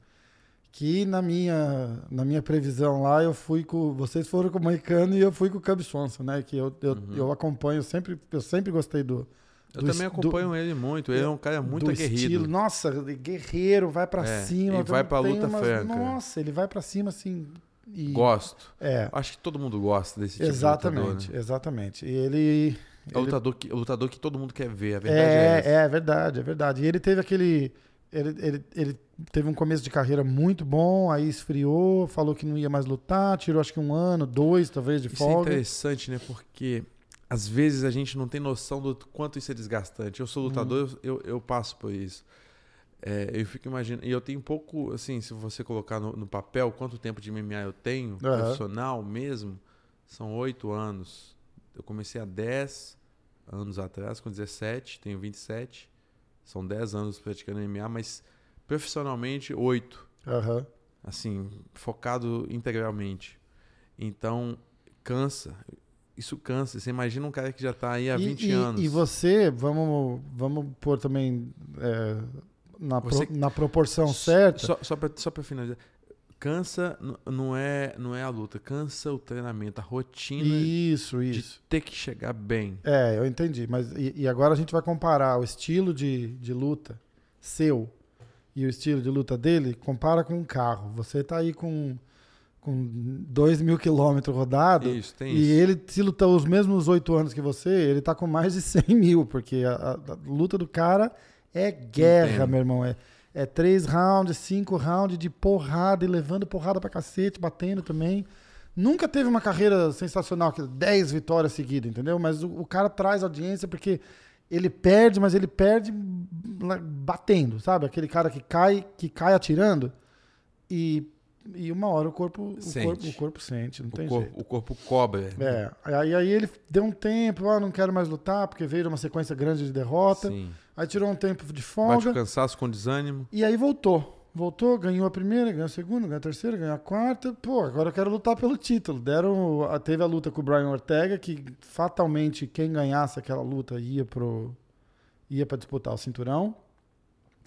Que na minha, na minha previsão lá, eu fui com. Vocês foram com o Moicano e eu fui com o Cub Swanson, né? Que eu, eu,
Uhum.
eu acompanho, sempre, eu sempre gostei do,
Eu
Do
também
es- do-
acompanho ele muito. Ele é um cara muito
do
aguerrido.
estilo. Nossa, guerreiro, vai pra
É,
cima.
e vai pra
tem
luta franca.
Nossa, ele vai pra cima assim, e-
Gosto.
É,
Acho que todo mundo gosta desse tipo de
exatamente,
lutador. né?
exatamente. E ele.
É o
ele-
lutador, que, é o lutador que todo mundo quer ver, a verdade é,
é,
essa.
é, é verdade, é verdade. E ele teve aquele. Ele, ele, ele teve um começo de carreira muito bom, aí esfriou, falou que não ia mais lutar, tirou acho que um ano, dois talvez de
Isso é
folga.
interessante, né? Porque às vezes a gente não tem noção do quanto isso é desgastante. Eu sou lutador,
Uhum.
eu, eu- eu passo por isso. É, eu fico imaginando. E eu tenho pouco, assim, se você colocar no, no papel quanto tempo de MMA eu tenho,
Aham.
profissional mesmo, são oito anos. Eu comecei há 10 anos atrás, com 17, tenho 27. São 10 anos praticando MMA, mas profissionalmente, oito
Aham.
assim, focado integralmente. Então, cansa. Isso cansa. Você imagina um cara que já tá aí há
E-
20
e,
anos.
E você, vamos, vamos pôr também é, na, pro-
Você-
na proporção certa.
Só, só pra, só pra finalizar. Cansa n- não é, não é a luta, cansa o treinamento, a rotina
Isso,
né? de
isso.
ter que chegar bem.
É, eu entendi. Mas e, e agora a gente vai comparar o estilo de, de luta seu e o estilo de luta dele, compara com um carro. Você tá aí com, com 2 mil quilômetros rodado
Isso, tem
e
isso.
ele, se lutar os mesmos oito anos que você, ele tá com mais de 100 mil, porque a, a- a luta do cara é guerra,
Entendo.
meu irmão. É, é três rounds, cinco rounds de porrada e levando porrada pra cacete, batendo também. Nunca teve uma carreira sensacional, que 10 vitórias seguidas, entendeu? Mas o, o cara traz audiência porque ele perde, mas ele perde lá, batendo, sabe? Aquele cara que cai, que cai atirando e, e uma hora o corpo, o
Sente.
corpo, o corpo sente, não tem
o, corpo,
jeito.
o corpo cobra.
É, aí, aí ele deu um tempo, ah, não quero mais lutar, porque veio uma sequência grande de derrota.
Sim.
Aí tirou um tempo de
Bate o
folga
cansaço com desânimo.
e aí voltou. Voltou, ganhou a primeira, ganhou a segunda, ganhou a terceira, ganhou a quarta. Pô, agora eu quero lutar pelo título. Deram, a- teve a luta com o Brian Ortega, que fatalmente quem ganhasse aquela luta ia pro ia para disputar o cinturão.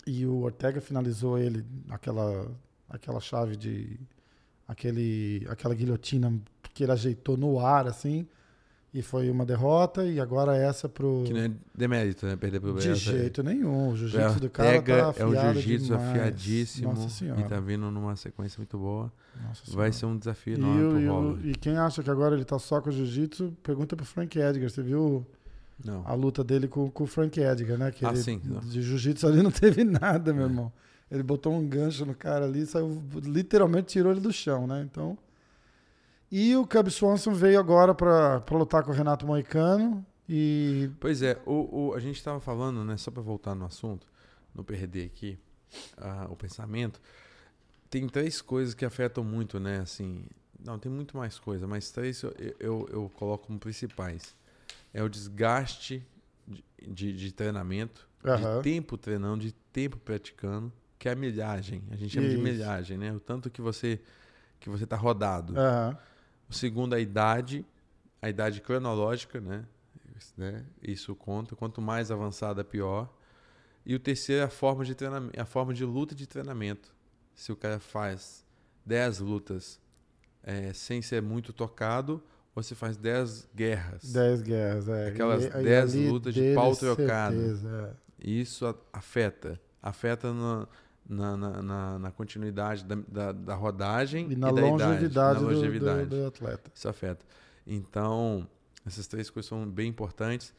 E o Ortega finalizou ele aquela aquela chave de aquele aquela guilhotina que ele ajeitou no ar assim. E foi uma derrota e agora essa pro
Que não é demérito, né? Perder pro
de
Bressa.
jeito nenhum. O jiu-jitsu
Ortega
do cara tá
é um
afiado
jiu-jitsu
demais.
afiadíssimo
Nossa senhora.
e tá vindo numa sequência muito boa.
Nossa senhora.
Vai ser um desafio
E,
enorme
o- e
pro
o-
Roller.
e quem acha que agora ele tá só com o jiu-jitsu, pergunta pro Frank Edgar. Você viu
Não.
a luta dele com, com o Frank Edgar, né? Que
Ah,
ele-
sim.
De jiu-jitsu ali não teve nada, meu
É.
irmão. Ele botou um gancho no cara ali, saiu, literalmente tirou ele do chão, né? Então. E o Cub Swanson veio agora pra, pra lutar com o Renato Moicano. E.
Pois é, o, o- a gente estava falando, né? Só para voltar no assunto, não perder aqui ah, o pensamento. Tem três coisas que afetam muito, né? Assim, não, tem muito mais coisa, mas três eu, eu, eu coloco como principais. É o desgaste de, de, de treinamento,
Aham.
de tempo treinando, de tempo praticando, que é a milhagem. A gente chama de
Isso.
milhagem, né? O tanto que você que você tá rodado.
Aham.
O segundo, a idade, a idade cronológica, né? Isso, né? Isso conta. Quanto mais avançada, pior. E o terceiro é a forma de treinamento, a forma de luta de treinamento. Se o cara faz 10 lutas eh, sem ser muito tocado, ou se faz 10 guerras.
10 guerras, é.
Aquelas
E- e
10
ali
lutas de
dele, é.
pau trocado.
certeza,
E isso a- afeta. Afeta na, na, na- na- na continuidade da, da- da
é.
rodagem
E na
da
longevidade,
idade,
do-
na longevidade.
Do, do, atleta.
Isso afeta. Então, essas três coisas são bem importantes.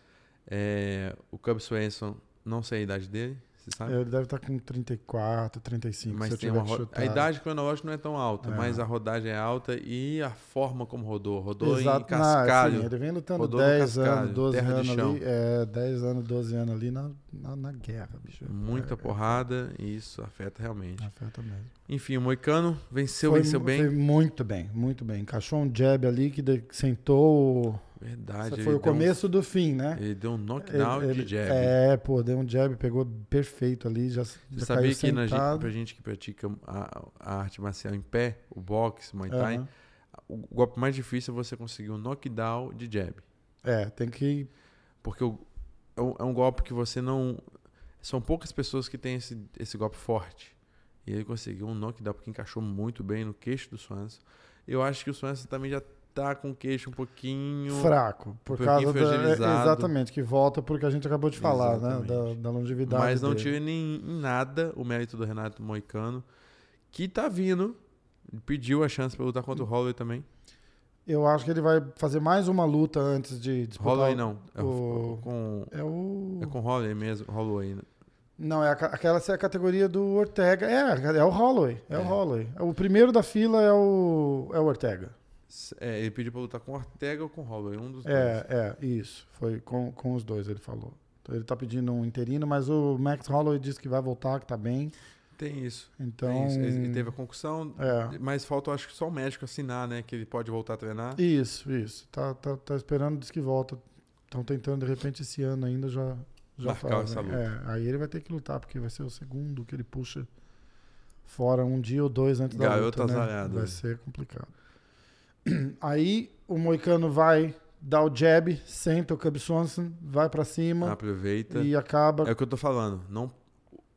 É, o Cub Swanson, não sei a idade dele, você sabe?
Ele deve estar com 34, 35, É, se
mas
eu
tem
tiver
uma
que
ro-
chutar.
A idade cronológica não é tão alta,
É.
mas a rodagem é alta e a forma como rodou. Rodou em
na-
cascalho.
sim, assim, ele vem lutando
Rodou no
10 anos,
cascalho,
12
terra
anos
de
ali.
chão.
É, 10 anos, 12 anos ali na, na, na guerra, bicho.
Muita
é,
porrada e isso afeta realmente.
Afeta mesmo.
Enfim, o Moicano venceu, venceu bem.
foi muito bem, muito bem. Encaixou um jab ali que de- sentou. o-
Verdade. ele
foi
deu
o
um-
começo do fim, né?
ele deu um knockdown de jab.
É, pô, deu um jab, pegou perfeito ali, já,
Você
já
sabia
caiu
que na gente,
sentado.
pra gente que pratica a, a arte marcial em pé, o boxe, o Muay Thai,
Aham.
o golpe mais difícil é você conseguir um knockdown de jab.
É, tem que.
Porque o- é, um, é um golpe que você não. São poucas pessoas que têm esse, esse golpe forte. E ele conseguiu um knockdown porque encaixou muito bem no queixo do Swanson. Eu acho que o Swanson também já tá com o queixo um pouquinho.
Fraco, por
pouquinho
causa da. é,
fragilizado.
Exatamente, que volta pro que a gente acabou de falar, né? Da,
Exatamente.
da longevidade.
mas não
dele.
tira nem em nada o mérito do Renato Moicano, que tá vindo pediu a chance para lutar contra o Holloway também.
Eu acho que ele vai fazer mais uma luta antes de disputar.
Holloway
o-
não. É,
o-
o... com,
É o.
é com Holloway mesmo. Holloway. né?
Não, é a ca- aquela essa é a categoria do Ortega. É, é o Holloway. É, o
É.
Holloway. O primeiro da fila é o, é o Ortega.
É, ele pediu pra lutar com Ortega ou com Holloway. Um dos dois.
É, é, isso. Foi com, com os dois, ele falou. Então, ele tá pedindo um interino, mas o Max Holloway disse que vai voltar, que tá bem.
Tem isso.
Então.
Tem É isso. Ele teve a concussão,
É.
mas falta, acho que só o médico assinar, né? Que ele pode voltar a treinar.
Isso, isso. Tá, tá, tá esperando, diz que volta. Estão tentando, de repente, esse ano ainda já. já
Marcar
faz,
essa
né?
luta.
É, aí ele vai ter que lutar, porque vai ser o segundo que ele puxa fora um dia ou dois antes da
Garoto
luta. né?
azarado.
Vai ser complicado. Aí o Moicano vai dar o jab, senta o Cub Swanson, vai pra cima
Aproveita.
e acaba
É o que eu tô falando. Não,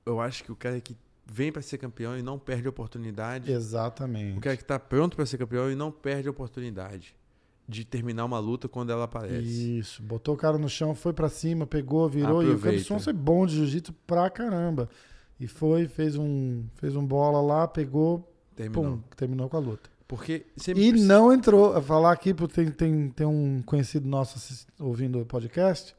eu acho que o cara que vem pra ser campeão e não perde a oportunidade.
Exatamente.
O cara que tá pronto pra ser campeão e não perde a oportunidade de terminar uma luta quando ela aparece.
Isso, botou o cara no chão, foi pra cima, pegou, virou e o
Aproveita.
Cambisson é bom de jiu-jitsu pra caramba. E foi, fez um, fez um bola lá, pegou,
Terminou.
pum, terminou com a luta.
Porque sempre
E não entrou, a falar aqui, porque tem, tem, tem um conhecido nosso assist- ouvindo o podcast,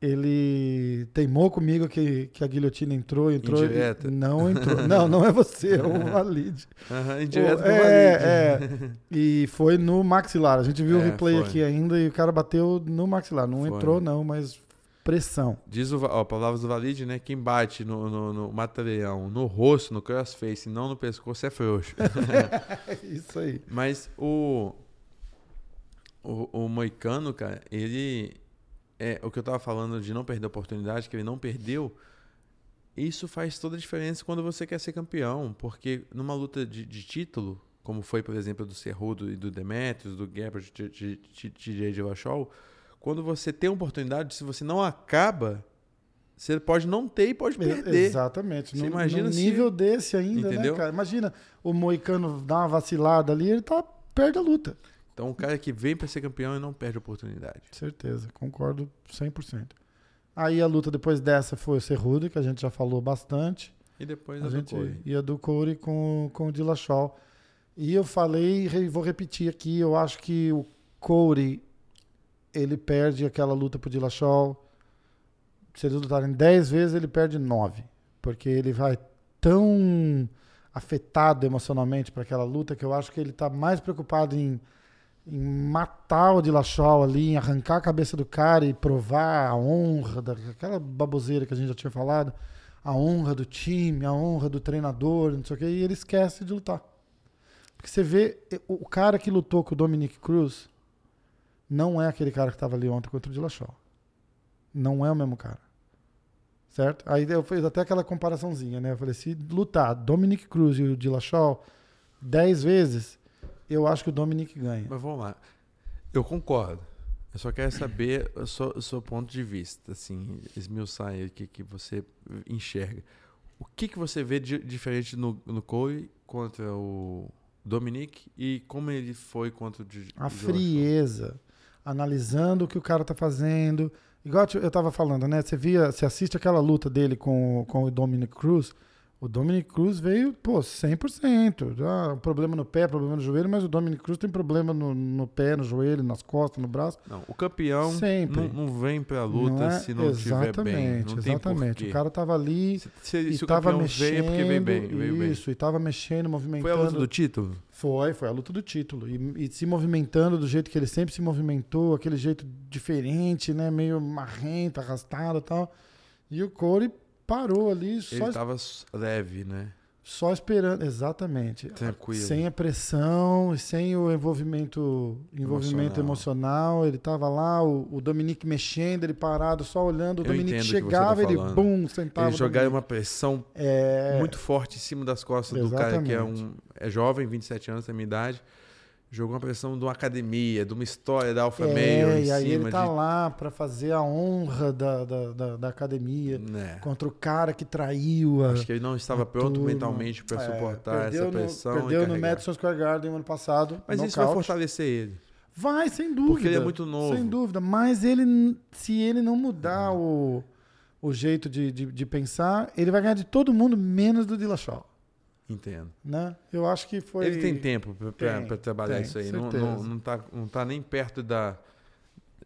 ele teimou comigo que, que a guilhotina entrou, entrou, e
Indireta.
não entrou. não, não é você, é o Valide.
Aham, indireto
Pô,
pro
é,
Valide.
E foi no maxilar. A gente viu o
É,
replay
foi.
aqui ainda e o cara bateu no maxilar. Não
Foi.
entrou, não, mas pressão.
Diz o, Va- ó, palavras do Valide, né? Quem bate no, no, no mata-leão, no rosto, no crossface, não no pescoço, é frouxo.
É isso aí.
Mas o, o. o Moicano, cara, ele. É, o que eu tava falando de não perder a oportunidade, que ele não perdeu. Isso faz toda a diferença quando você quer ser campeão. Porque numa luta de, de título, como foi, por exemplo, do Cerrudo e do Demetrius, do Gabriel, de de- de- de de Vachol, quando você tem uma oportunidade, se você não acaba, você pode não ter e pode perder.
Exatamente.
Você
Num,
imagina
num
se-
nível desse ainda,
Entendeu?
né, cara? Imagina o Moicano dar uma vacilada ali, ele tá perde a luta.
Então, o cara que vem pra ser campeão e não perde a oportunidade.
Certeza, concordo 100%. Aí a luta depois dessa foi o Cerrudo, que a gente já falou bastante.
E depois é
A
a
gente
Corey.
ia do Corey com, com o Dillashaw. E eu falei, e vou repetir aqui, eu acho que o Corey, ele perde aquela luta pro Dillashaw. Se eles lutarem 10 vezes, ele perde 9. Porque ele vai tão afetado emocionalmente para aquela luta que eu acho que ele tá mais preocupado em, em matar o Dillashaw ali, em arrancar a cabeça do cara e provar a honra, daquela baboseira que a gente já tinha falado a honra do time, a honra do treinador, não sei o quê, e ele esquece de lutar. Porque você vê, eh, o o cara que lutou com o Dominic Cruz não é aquele cara que estava ali ontem contra o Dillashaw. Não é o mesmo cara. Certo? Aí eu fiz até aquela comparaçãozinha, né? Eu falei, se lutar Dominic Cruz e o Dillashaw 10 vezes, eu acho que o Dominic ganha.
Mas vamos lá. Eu concordo. Eu só quero saber o seu, o seu ponto de vista, assim, esmiuçar aí o que, que você enxerga. O que, que você vê de, diferente no, no Corey contra o Dominique e como ele foi contra o Di-
A
Dillashaw?
frieza, analisando o que o cara tá fazendo. Igual eu tava falando, né? Você via, você assiste aquela luta dele com, com o Dominic Cruz. O Dominic Cruz veio, pô, 100%. Já, Ah, um problema no pé, problema no joelho, mas o Dominic Cruz tem problema no, no pé, no joelho, nas costas, no braço.
Não, o campeão
Sempre.
não, não vem pra luta
é?
se não estiver
exatamente,
bem. Não tem
exatamente.
porquê.
o cara tava ali
se, se-
e
se o
tava
campeão
mexendo.
veio é porque veio bem. Veio bem.
isso, e tava mexendo, movimentando.
Foi a luta do título?
Foi, foi a luta do título. E, e se movimentando do jeito que ele sempre se movimentou, aquele jeito diferente, né? Meio marrento, arrastado e tal. E o Corey parou ali só,
Ele tá tava leve, né?
só esperando. Exatamente.
Tranquilo.
Sem a pressão, sem o envolvimento, envolvimento emocional. Ele tava lá, o, o Dominique mexendo, ele parado, só olhando. O
Eu
Dominique
entendo o que você
chegava,
tá
ele
falando.
bum, sentava.
Ele
o
jogar
Dominique.
uma pressão
É,
muito forte em cima das costas do cara que é um é jovem, 27 anos, tem minha idade. Jogou uma pressão de uma academia, de uma história da Alpha Male
é,
em
e aí
cima
ele tá
de.
lá para fazer a honra da, da, da, da academia.
Né.
contra o cara que traiu a,
Acho que ele não estava pronto
turma.
mentalmente para
É,
suportar
perdeu
essa
no-
pressão. e
perdeu no
carregar.
Madison Square Garden no ano passado.
Mas isso vai
nocaute.
fortalecer ele.
Vai, sem dúvida.
Porque ele é muito novo.
Sem dúvida. Mas ele, n- se ele não mudar
Uhum.
o, o jeito de, de, de pensar, ele vai ganhar de todo mundo, menos do Dillashaw.
Entendo.
né? Eu acho que foi.
Ele tem tempo pra- pra
Tem,
pra trabalhar
tem,
isso aí. Não, não,
certeza.
não, tá, não tá nem perto da.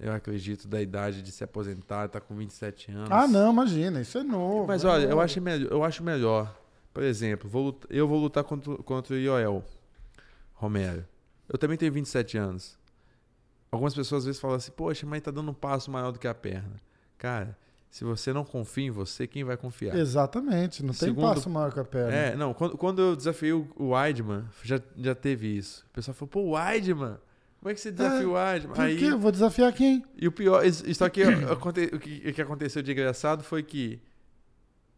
Eu acredito, da idade de se aposentar, tá com 27 anos.
Ah, não, imagina, isso é novo.
Mas
é
olha, eu
novo.
acho melhor, eu acho melhor. Por exemplo, vou lut- eu vou lutar contra, contra o Ioel Romero. Eu também tenho 27 anos. Algumas pessoas às vezes falam assim: "Poxa, mas tá dando um passo maior do que a perna". Cara, se você não confia em você, quem vai confiar?
Exatamente, não tem
Segundo-
passo maior que a perna.
É, não, quando, quando eu desafiei o o Weidman, já, já teve isso. O pessoal falou, pô, o Weidman, como é que você desafia
É,
o Weidman?
Por
Aí,
quê? Eu Vou desafiar quem?
e o pior, isso isso aqui, é, aconte- o que, o que aconteceu de engraçado foi que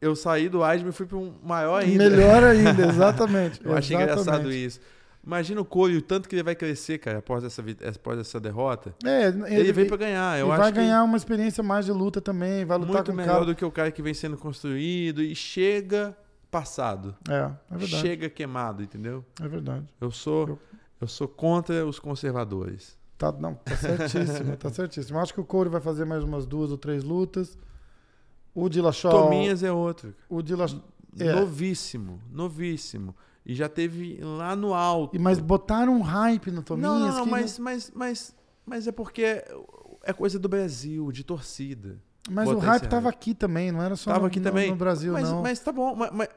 eu saí do Weidman e fui para um maior ainda.
Melhor ainda, exatamente.
Eu achei engraçado
exatamente.
isso. Imagina o Cole, o tanto que ele vai crescer, cara, após essa, vi- eh, após essa derrota.
É,
Ele, veio para ganhar. Eu
e
acho
vai
que
ganhar uma experiência mais de luta também, vai lutar
muito
com o
melhor
cara.
do que o cara que vem sendo construído e chega passado.
É, é verdade.
chega queimado, entendeu?
É verdade.
Eu sou, eu...
Eu-
sou contra os conservadores.
Tá, não, tá certíssimo, tá certíssimo. Eu Acho que o Corey vai fazer mais umas duas ou três lutas. O Dillashaw...
Tominhas é outro.
O Dillashaw... É.
Novíssimo, novíssimo. E já teve lá no alto.
E- Mas botaram um hype no Tominhas.
não, não, não,
que
mas, mas, mas, mas é porque é- é coisa do Brasil, de torcida.
mas o
botar
hype
esse
tava
hype.
aqui também, não era só
Tava
no,
aqui
no-
também.
no Brasil,
mas,
não.
mas tá bom, mas, mas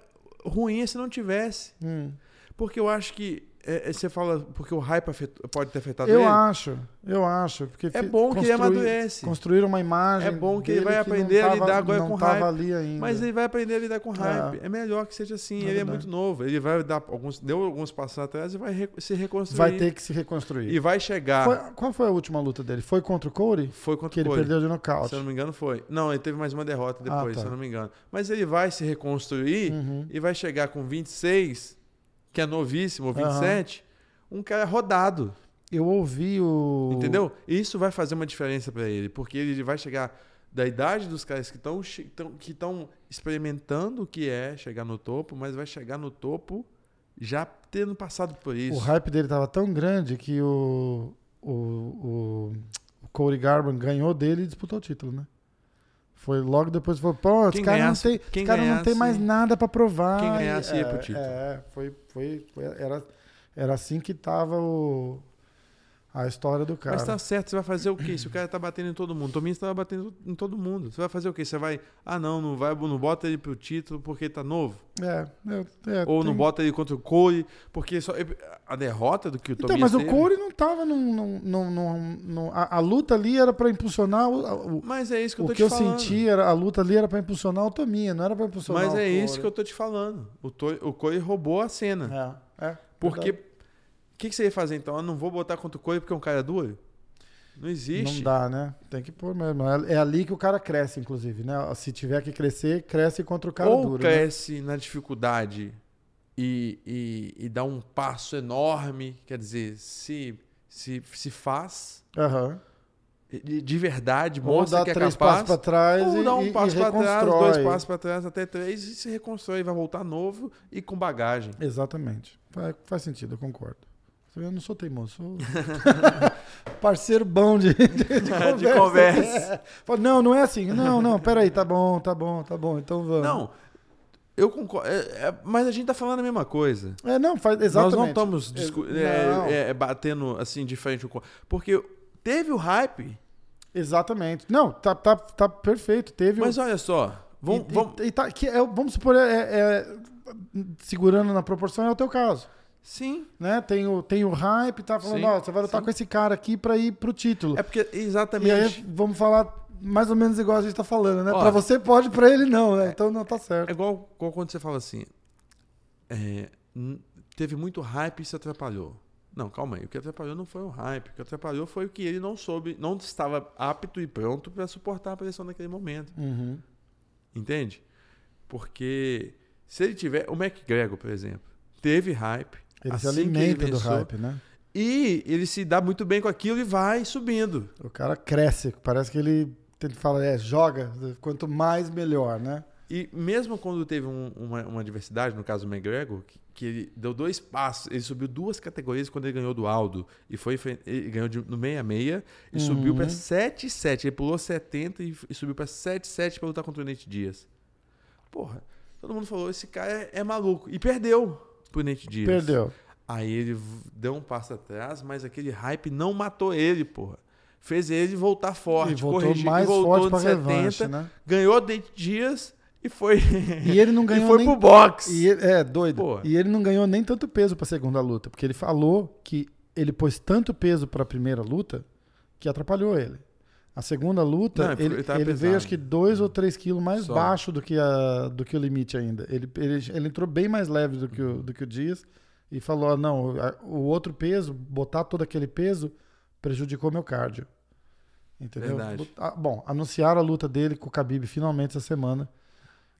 ruim é se não tivesse.
Hum.
Porque eu acho que é, é, você fala, porque o hype afetou- pode ter afetado
Eu
ele.
acho, eu acho. Porque
tá É
fi-
bom que ele
construí-
amadurece.
Construíram uma imagem.
É bom que ele
dele
vai
não
aprender a
tava-
lidar agora
não
com
tava
hype.
ali ainda.
Mas ele vai aprender a lidar com hype. É, melhor que seja assim.
É
ele é
verdade.
muito novo. Ele vai dar alguns, deu alguns passos atrás e vai re- se reconstruir.
vai ter que se reconstruir.
E vai chegar. Foi,
Foi- qual foi a última luta dele? Foi contra o Corey?
Ah. contra
Que
o
ele
Cody.
perdeu de
Se eu não
nocaute.
me engano, foi. Não, ele teve mais uma derrota depois,
Ah, tá.
se eu não me engano. Mas ele vai se reconstruir
Uhum.
e vai chegar com 26, que é novíssimo, ou
Aham.
27, um cara rodado.
Eu ouvi o.
Entendeu? Isso vai fazer uma diferença pra ele, porque ele vai chegar da idade dos caras que estão que estão experimentando o que é chegar no topo, mas vai chegar no topo já tendo passado por
O
isso.
hype dele tava tão grande que o. O, o, o Corey Garban ganhou dele e disputou o título, né? Foi logo depois foi, pô, esse
Quem
cara,
ganhasse-
não, tem,
quem
esse cara não tem
ganhasse-
mais nada pra provar.
quem
E-
ganhasse
é,
ia pro título.
É, foi, foi, foi- era, era assim que tava o, a história do cara.
Mas tá certo, você vai fazer o quê? Se o cara tá batendo em todo mundo, Tominhas tava batendo em todo mundo. Você vai fazer o quê? Você vai, ah não, não vai, não bota ele pro título porque ele tá novo,
É, é, é,
ou
tem-
não bota ele contra o Cole, porque só a derrota do que o
Então,
Tominhas
mas o
teve-
Corey não tava num. num, num, num- num- a, a luta ali era pra impulsionar o. o
Mas é isso que eu
o
tô
que
te
eu
falando.
senti era a luta ali era pra impulsionar a Tomia, não era pra impulsionar
Mas
o
é
Corey.
isso que eu tô te falando. O, to... o Corey roubou a cena.
É, é.
porque.
verdade.
O que, que você ia fazer então? Eu não vou botar contra o Corey porque é um cara duro? Não existe.
Não dá, né? Tem que pôr mesmo. É, é ali que o cara cresce, inclusive, né? Se tiver que crescer, cresce contra o cara
Ou
duro. né?
cresce na dificuldade e, e, e dá um passo enorme, quer dizer, se, se, se faz
né? Aham.
de de verdade,
Ou
mostra
dá
que é
três
capaz.
passos pra trás
ou
e,
dá
e-
um
e
passo pra trás,
reconstrói.
dois passos pra trás, até três e se reconstrói, vai voltar novo e com bagagem.
Exatamente. Faz, faz sentido, eu concordo. Eu não sou teimoso, sou parceiro bom de, de, de conversa.
conversa.
É. Fala, Não, não é assim. Não, não, peraí, tá bom, tá bom, tá bom, então vamos.
Não, eu concordo. é- é- mas a gente tá falando a mesma coisa.
É, não, faz, exatamente.
Nós não estamos discu-
Ex-
é,
não.
é, é, batendo assim de frente com. Porque teve o hype,
Exatamente. Não, tá, tá, tá perfeito. Teve o-
mas olha só. Vamos,
E- e-
vamos-
e tá- que é o- vamos supor, é- é- segurando na proporção é o teu caso.
Sim.
Né? Tem, o, tem o hype, tá falando,
Sim,
ó, você vai lutar
sim.
com esse cara aqui pra ir pro título.
É porque
e aí
exatamente.
vamos falar mais ou menos igual a gente tá falando, né?
Ó.
pra você pode, pra ele não, né? Então não tá
É
certo.
igual, igual quando você fala assim. é, n- teve muito hype e se atrapalhou. Não, calma aí. O que atrapalhou não foi o hype. O que atrapalhou foi o que ele não soube, não estava apto e pronto para suportar a pressão naquele momento.
Uhum.
Entende? Porque se ele tiver. O McGregor, por exemplo, teve hype.
Ele se
assim que
alimenta do
venceu,
hype, né?
E ele se dá muito bem com aquilo e vai subindo.
O cara cresce, parece que ele, ele fala, é, joga, quanto mais melhor, né?
E mesmo quando teve um- uma, uma adversidade, no caso o McGregor, que, que ele deu dois passos, ele subiu duas categorias quando ele ganhou do Aldo. E foi enfren- ele ganhou de, no 66 e
Uhum.
subiu para 77. Ele pulou 70 e, f- e subiu para 77 para lutar contra o Nate Dias. Porra, todo mundo falou: esse cara é, é maluco. E perdeu. pro Nate Diaz.
Perdeu.
Aí ele v- deu um passo atrás, mas aquele hype não matou ele, porra. Fez ele voltar forte,
e voltou
corrigiu e
mais
voltou
forte
de
pra
70,
revanche, né?
ganhou do Nate Diaz e foi
E ele não
e
ganhou
foi
nem...
pro boxe.
E ele- é, doido.
Pô.
E ele não ganhou nem tanto peso pra segunda luta, porque ele falou que ele pôs tanto peso pra primeira luta que atrapalhou ele. A segunda luta,
Não, ele-
ele,
ele tava
ele veio
pesado.
acho que 2 ou 3 quilos mais
Só.
baixo do que, a- do que o limite ainda. Ele, ele, ele entrou bem mais leve do que o, do que o Dias e falou: "Ah, não, a- o outro peso, botar todo aquele peso, prejudicou meu cardio. Entendeu?
Verdade.
Ah, Bom, anunciaram a luta dele com o Khabib finalmente essa semana,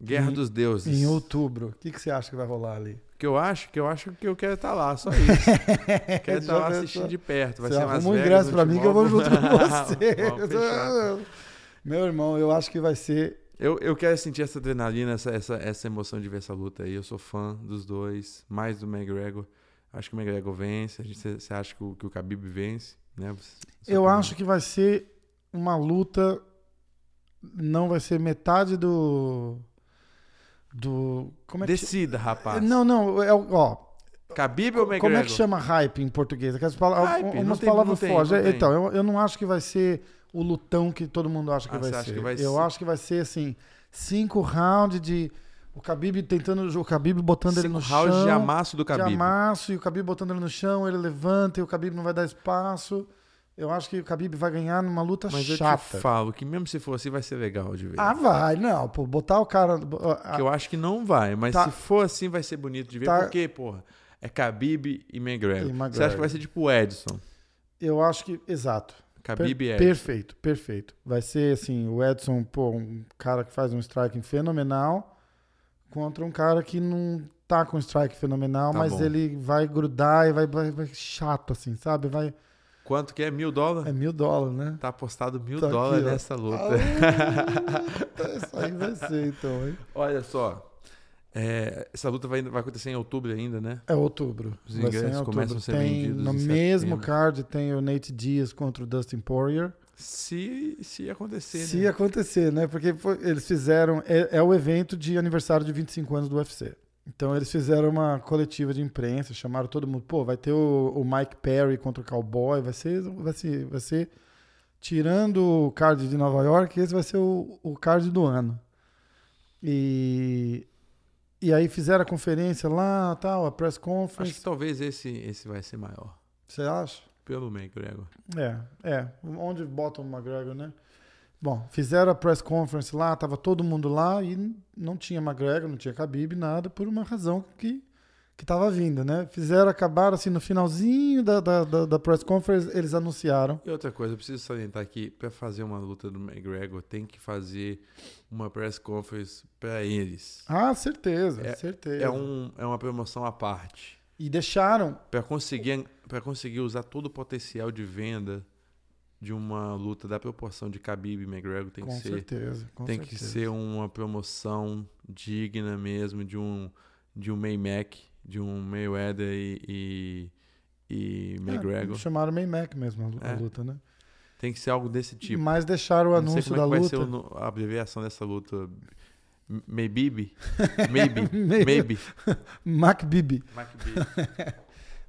Guerra
Em-
dos Deuses.
em outubro. O que, que você acha que vai rolar ali?
Que eu acho, que eu acho que eu quero estar lá, só isso. quero estar
Já
lá
pensou?
assistindo de perto. Vai
Você
ser Las
arruma um
Vegas,
ingresso pra mim que eu vou
Timóvel.
junto com você.
Vamos fechar.
Meu irmão, eu acho que vai ser.
eu, eu quero sentir essa adrenalina, essa, essa, essa emoção de ver essa luta aí. Eu sou fã dos dois, mais do McGregor. Acho que o McGregor vence. A gente- Você você acha que o, que o Khabib vence, né? Sua
Eu
opinião.
acho que vai ser uma luta. Não vai ser metade do. Do. Como é que
Decida,
chama?
rapaz.
Não, não. É, o- ó,
Khabib ou Tipo McGregor?
como é que chama hype em português? Aquelas palavras,
Hype, não
umas
tem- não
palavras
tem,
fortes.
não tem.
Então, eu, eu não acho que vai ser o lutão que todo mundo acha que,
Ah,
vai,
você
ser.
acha que vai
Eu
ser?
acho que vai ser assim: cinco rounds de. O Khabib tentando. O Khabib botando ele
Cinco
no
rounds
chão.
de amasso do
de
Khabib.
amasso e o Khabib botando ele no chão, ele levanta e o Khabib não vai dar espaço. Eu acho que o Khabib vai ganhar numa luta
Mas eu te
Tá chata.
falo que mesmo se for assim, vai ser legal de ver.
Ah, vai, não, pô, botar o cara. ah,
Que eu acho que não vai, mas
Tá.
se for assim, vai ser bonito de ver.
Tá.
Porque, porra, é Khabib e McGregor.
E McGregor.
Você acha que vai ser tipo o Edson?
Eu acho que, exato. Per-
Khabib é e Edson.
perfeito, perfeito. Vai ser assim, o Edson, pô, um cara que faz um striking fenomenal contra um cara que não tá com strike fenomenal,
Tá
mas
bom.
ele vai grudar e vai, vai, vai chato assim, sabe? Vai
Quanto que é? Mil dólares?
é mil dólares, né?
Tá apostado mil
Tá aqui,
dólares
ó.
nessa luta.
Ah, Isso aí vai ser então, hein?
Olha só. É, essa luta vai, vai acontecer em outubro ainda, né?
É outubro.
Os
Vai ser em
ingressos
outubro.
começam a ser
tem,
vendidos
No
em
mesmo
setembro.
card tem o Nate Diaz contra o Dustin Poirier.
Se, se acontecer,
Se
né?
acontecer, né? Porque foi- eles fizeram. É, é o evento de aniversário de 25 anos do UFC. Então eles fizeram uma coletiva de imprensa, chamaram todo mundo. Pô, vai ter o, o Mike Perry contra o Cowboy. Vai ser, vai ser. Vai ser. Tirando o card de Nova York, esse vai ser o, o card do ano. E. E aí fizeram a conferência lá, tal, a press
Acho
conference.
que talvez esse, esse vai ser maior.
Você acha?
Pelo McGregor.
É, é. Onde botam o McGregor, né? Bom, fizeram a press conference lá, tava todo mundo lá e não tinha McGregor, não tinha Khabib, nada, por uma razão que, que tava vindo, né? Fizeram, acabaram assim, no finalzinho da, da, da, da press conference, eles anunciaram.
E outra coisa, eu preciso salientar que pra fazer uma luta do McGregor, tem que fazer uma press conference pra eles.
Ah, certeza,
É-
certeza.
É, um, é uma promoção à parte.
E deixaram,
Pra conseguir, pra conseguir usar todo o potencial de venda de uma luta da proporção de Khabib e McGregor, tem
com
que ser
certeza, com
tem que
certeza.
ser uma promoção digna mesmo de um de um Maymack, de um Mayweather e, e, e
É,
McGregor.
chamaram Maymack mesmo a lu- a
É.
luta, né?
Tem que ser algo desse tipo.
Mas deixaram o
Não sei
anúncio
como é que
da
vai ser
luta.
o no- a abreviação dessa luta. M- Maybibi? Maybe.
May-
Maybe.
MacBib.
MacBib.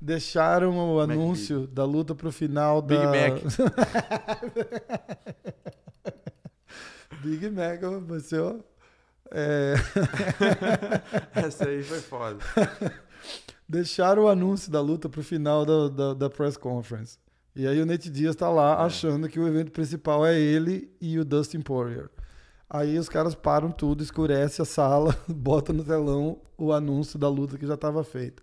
Deixaram o
Mac
anúncio da luta pro final da.
Big Mac.
Big Mac, ó, você, ó. É,
Essa aí foi foda.
deixaram o anúncio da luta pro final da, da, da press conference. E aí o Nate Diaz tá lá
É.
achando que o evento principal é ele e o Dustin Poirier. Aí os caras param tudo, escurece a sala, bota no telão o anúncio da luta que já tava feita.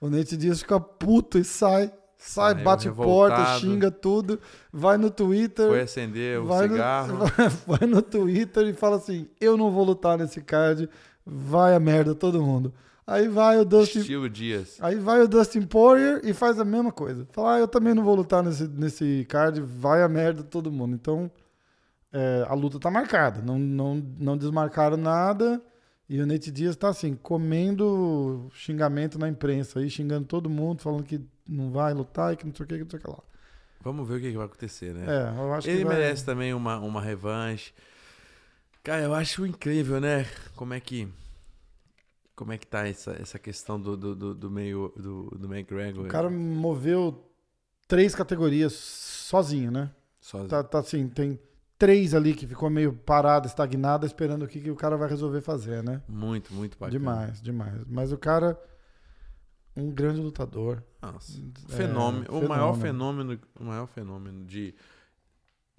O Nate Diaz fica puto e sai. Sai,
Saiu
bate porta,
revoltado.
xinga tudo, vai no Twitter.
Foi acender o
vai
cigarro.
No, vai no Twitter e fala assim: eu não vou lutar nesse card, vai a merda todo mundo. Aí vai o Dustin,
Estilo Dias.
aí vai o Dustin Poirier e faz a mesma coisa. Fala, ah, eu também não vou lutar nesse, nesse card, vai a merda todo mundo. Então é, a luta tá marcada, não, não, não desmarcaram nada. E o Nate Dias tá assim, comendo xingamento na imprensa aí, xingando todo mundo, falando que não vai lutar e que não sei o que, que não sei o que lá.
Vamos ver o que, que vai acontecer, né?
É, eu acho
Ele
que vai...
merece também uma, uma revanche. Cara, eu acho incrível, né? Como é que Como é que tá essa, essa questão do, do, do, do meio do, do McGregor
O cara moveu três categorias sozinho, né?
sozinho?
Tá, tá assim, tem três ali que ficou meio parada, estagnada, esperando o que, que o cara vai resolver fazer, né?
Muito, muito bacana.
Demais, demais. Mas o cara, um grande lutador.
Nossa,
É,
fenômeno, o
fenômeno.
maior fenômeno, o maior fenômeno de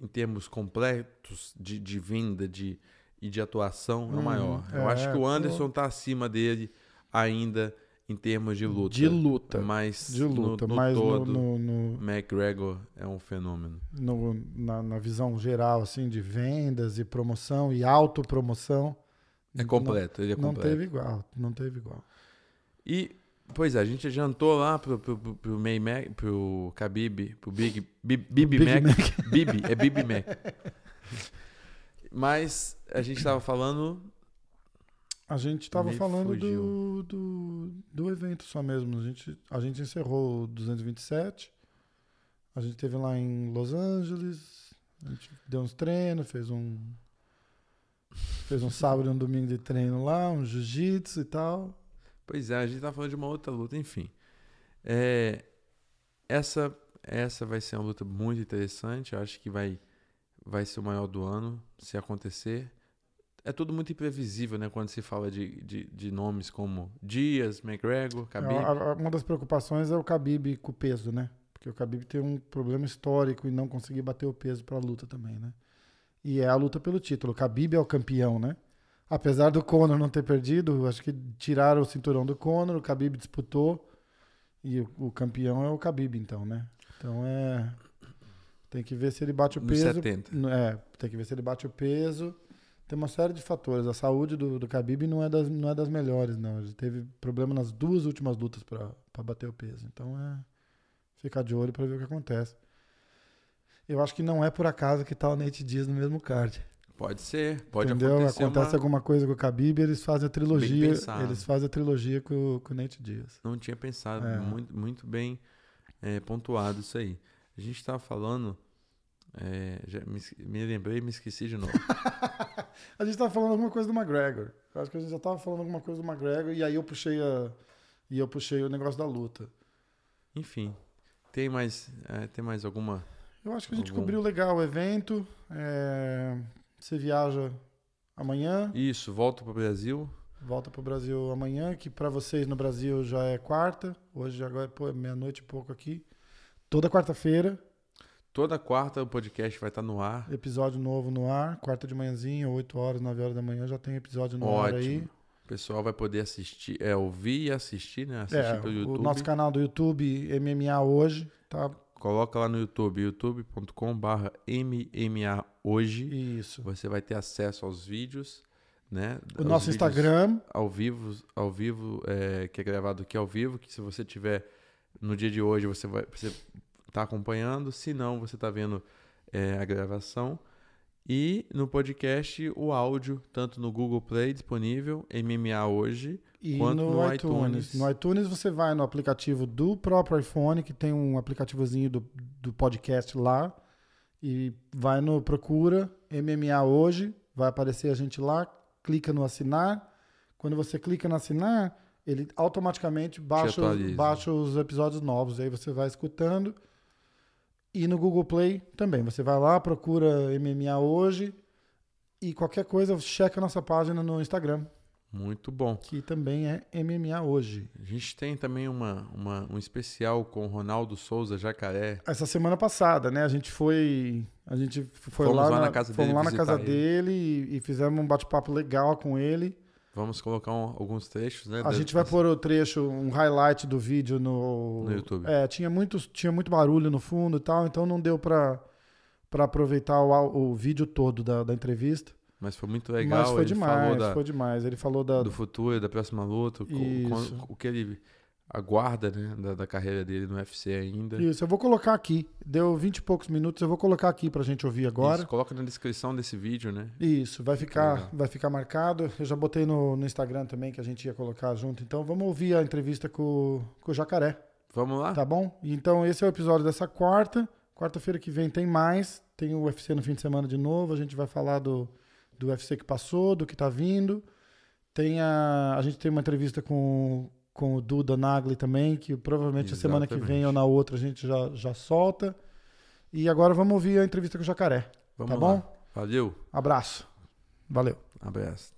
em termos completos de, de venda de e de atuação é o
Uhum,
maior. Eu
é,
acho que o
pô.
Anderson tá acima dele ainda em termos de luta.
De luta.
Mas
De luta,
no, no
mas no-
todo,
no- no-
McGregor é um fenômeno.
no- na, na visão geral, assim, de vendas e promoção e autopromoção.
É completo, ele é
Não, não
completo.
teve igual, não teve igual.
E, pois é, a gente jantou lá pro, pro, pro, pro May Mac, pro Khabib, pro Big, Bib, Big
Big
Mac, Bibi, é Bibi Mac. Mas a gente tava falando,
A gente tava
Me
falando
fugiu.
do, do, do evento só mesmo. A gente, a gente encerrou o 227. A gente teve lá em Los Angeles. A gente deu uns treinos, fez um. Fez um sábado e um domingo de treino lá, um jiu-jitsu e tal.
pois é, a gente tava falando de uma outra luta, enfim. É, essa essa vai ser uma luta muito interessante, eu acho que vai vai ser o maior do ano, se acontecer. É tudo muito imprevisível, né, quando se fala de, de, de nomes como Dias, McGregor, Khabib.
É, A- a- Uma das preocupações é o Khabib com o peso, né? Porque o Khabib tem um problema histórico e não conseguir bater o peso pra luta também, né? E é a luta pelo título. O Khabib é o campeão, né? Apesar do Conor não ter perdido, acho que tiraram o cinturão do Conor, o Khabib disputou e o, o campeão é o Khabib, então, né? Então é tem que ver se ele bate o
Nos
um peso.
70.
No- É, tem que ver se ele bate o peso. Tem uma série de fatores. A saúde do, do Khabib não é, das, não é das melhores, não. Ele teve problema nas duas últimas lutas pra pra bater o peso. Então é ficar de olho pra ver o que acontece. Eu acho que não é por acaso que tá o Nate Diaz no mesmo card.
Pode ser, pode
entendeu?
acontecer.
Acontece
uma-
alguma coisa com o Khabib, eles fazem a trilogia.
pensado.
Eles fazem a trilogia com, o- com o Nate Diaz.
Não tinha pensado.
É.
Muito, muito bem é, pontuado isso aí. A gente estava falando. é, já me, esque- me lembrei e me esqueci de novo.
A gente tava falando alguma coisa do McGregor. Eu acho que a gente já tava falando alguma coisa do McGregor e aí eu puxei a. E eu puxei o negócio da luta.
Enfim, tem mais, é, tem mais alguma.
Eu acho que a gente
Algum-
cobriu legal o evento. É, Você viaja amanhã,
Isso, volta para o Brasil.
volta pro Brasil amanhã, que pra vocês no Brasil já é quarta. Hoje agora é pô, é meia-noite e pouco aqui. Toda quarta-feira,
Toda quarta o podcast vai estar no ar.
episódio novo no ar. Quarta de manhãzinha, 8 horas, 9 horas da manhã, já tem episódio tá no ar aí.
Ótimo. O pessoal vai poder assistir, é, ouvir e assistir, né? Assistir
É,
pelo YouTube.
o nosso canal do YouTube, MMA Hoje, tá?
Coloca lá no YouTube, youtube.com/barra MMA hoje.
Isso.
Você vai ter acesso aos vídeos, né?
O
Aos
nosso
vídeos
Instagram,
ao vivo, ao vivo é, que é gravado aqui ao vivo, que se você tiver no dia de hoje você vai você tá acompanhando, se não você tá vendo é, a gravação e no podcast o áudio tanto no Google Play disponível MMA hoje
E
quanto
no,
no
iTunes.
iTunes.
No iTunes você vai no aplicativo do próprio iPhone, que tem um aplicativozinho do, do podcast lá. E vai no Procura MMA Hoje, vai aparecer a gente lá, clica no assinar. Quando você clica no assinar, ele automaticamente baixa, os-
atualiza.
baixa os episódios novos. Aí você vai escutando. E no Google Play também. Você vai lá, procura MMA Hoje. E qualquer coisa, checa a nossa página no Instagram
muito bom.
que também é MMA hoje.
A gente tem também uma, uma um especial com o Ronaldo Souza Jacaré.
Essa semana passada, né? A gente foi, a gente foi
Fomos
lá,
lá
na,
na casa
fomos
dele
lá na
visitar
casa
ele.
dele e, e fizemos um bate-papo legal com ele.
Vamos colocar um- alguns trechos, né?
A
das-
gente vai pôr o trecho, um highlight do vídeo no,
No YouTube.
É, tinha muito, tinha muito barulho no fundo e tal, então não deu pra para aproveitar o, au- o vídeo todo da, da entrevista.
Mas foi muito legal.
Mas foi
ele
demais,
falou da,
foi demais. Ele falou da,
do futuro, da próxima luta, o- o,
Isso.
o que ele aguarda né, da, da carreira dele no UFC ainda.
Isso, eu vou colocar aqui. Deu 20 e poucos minutos, eu vou colocar aqui pra gente ouvir agora.
Isso, coloca na descrição desse vídeo, né?
Isso, vai
legal.
ficar, vai ficar marcado. Eu já botei no, no Instagram também que a gente ia colocar junto. Então vamos ouvir a entrevista com, com o Jacaré,
Vamos lá?
tá bom? Então esse é o episódio dessa quarta. Quarta-feira que vem tem mais. Tem o UFC no fim de semana de novo. A gente vai falar do, do UFC que passou, do que tá vindo. Tem a, a gente tem uma entrevista com, com o Duda Nagli também, que provavelmente a semana que vem
Exatamente.
ou na outra a gente já, já solta. E agora vamos ouvir a entrevista com o Jacaré. Tá
Vamos lá.
bom?
Valeu.
Abraço. Valeu.
Abraço.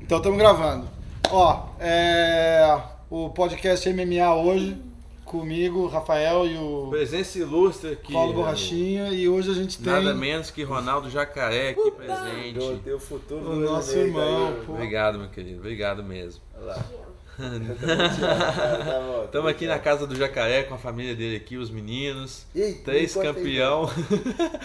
Então estamos gravando. Ó, é, o podcast MMA hoje, comigo, Rafael e o
Presença ilustre aqui.
Paulo Borrachinha. E hoje a gente tem
Nada menos que Ronaldo Jacaré aqui
Do
presente.
teu futuro
o
do
nosso
MMA,
irmão.
cara.
pô.
Obrigado, meu querido. Obrigado mesmo.
Olha lá. Tá bom.
Estamos aqui na casa do Jacaré com a família dele aqui, os meninos.
Ih, não
Três
corta aí,
campeão.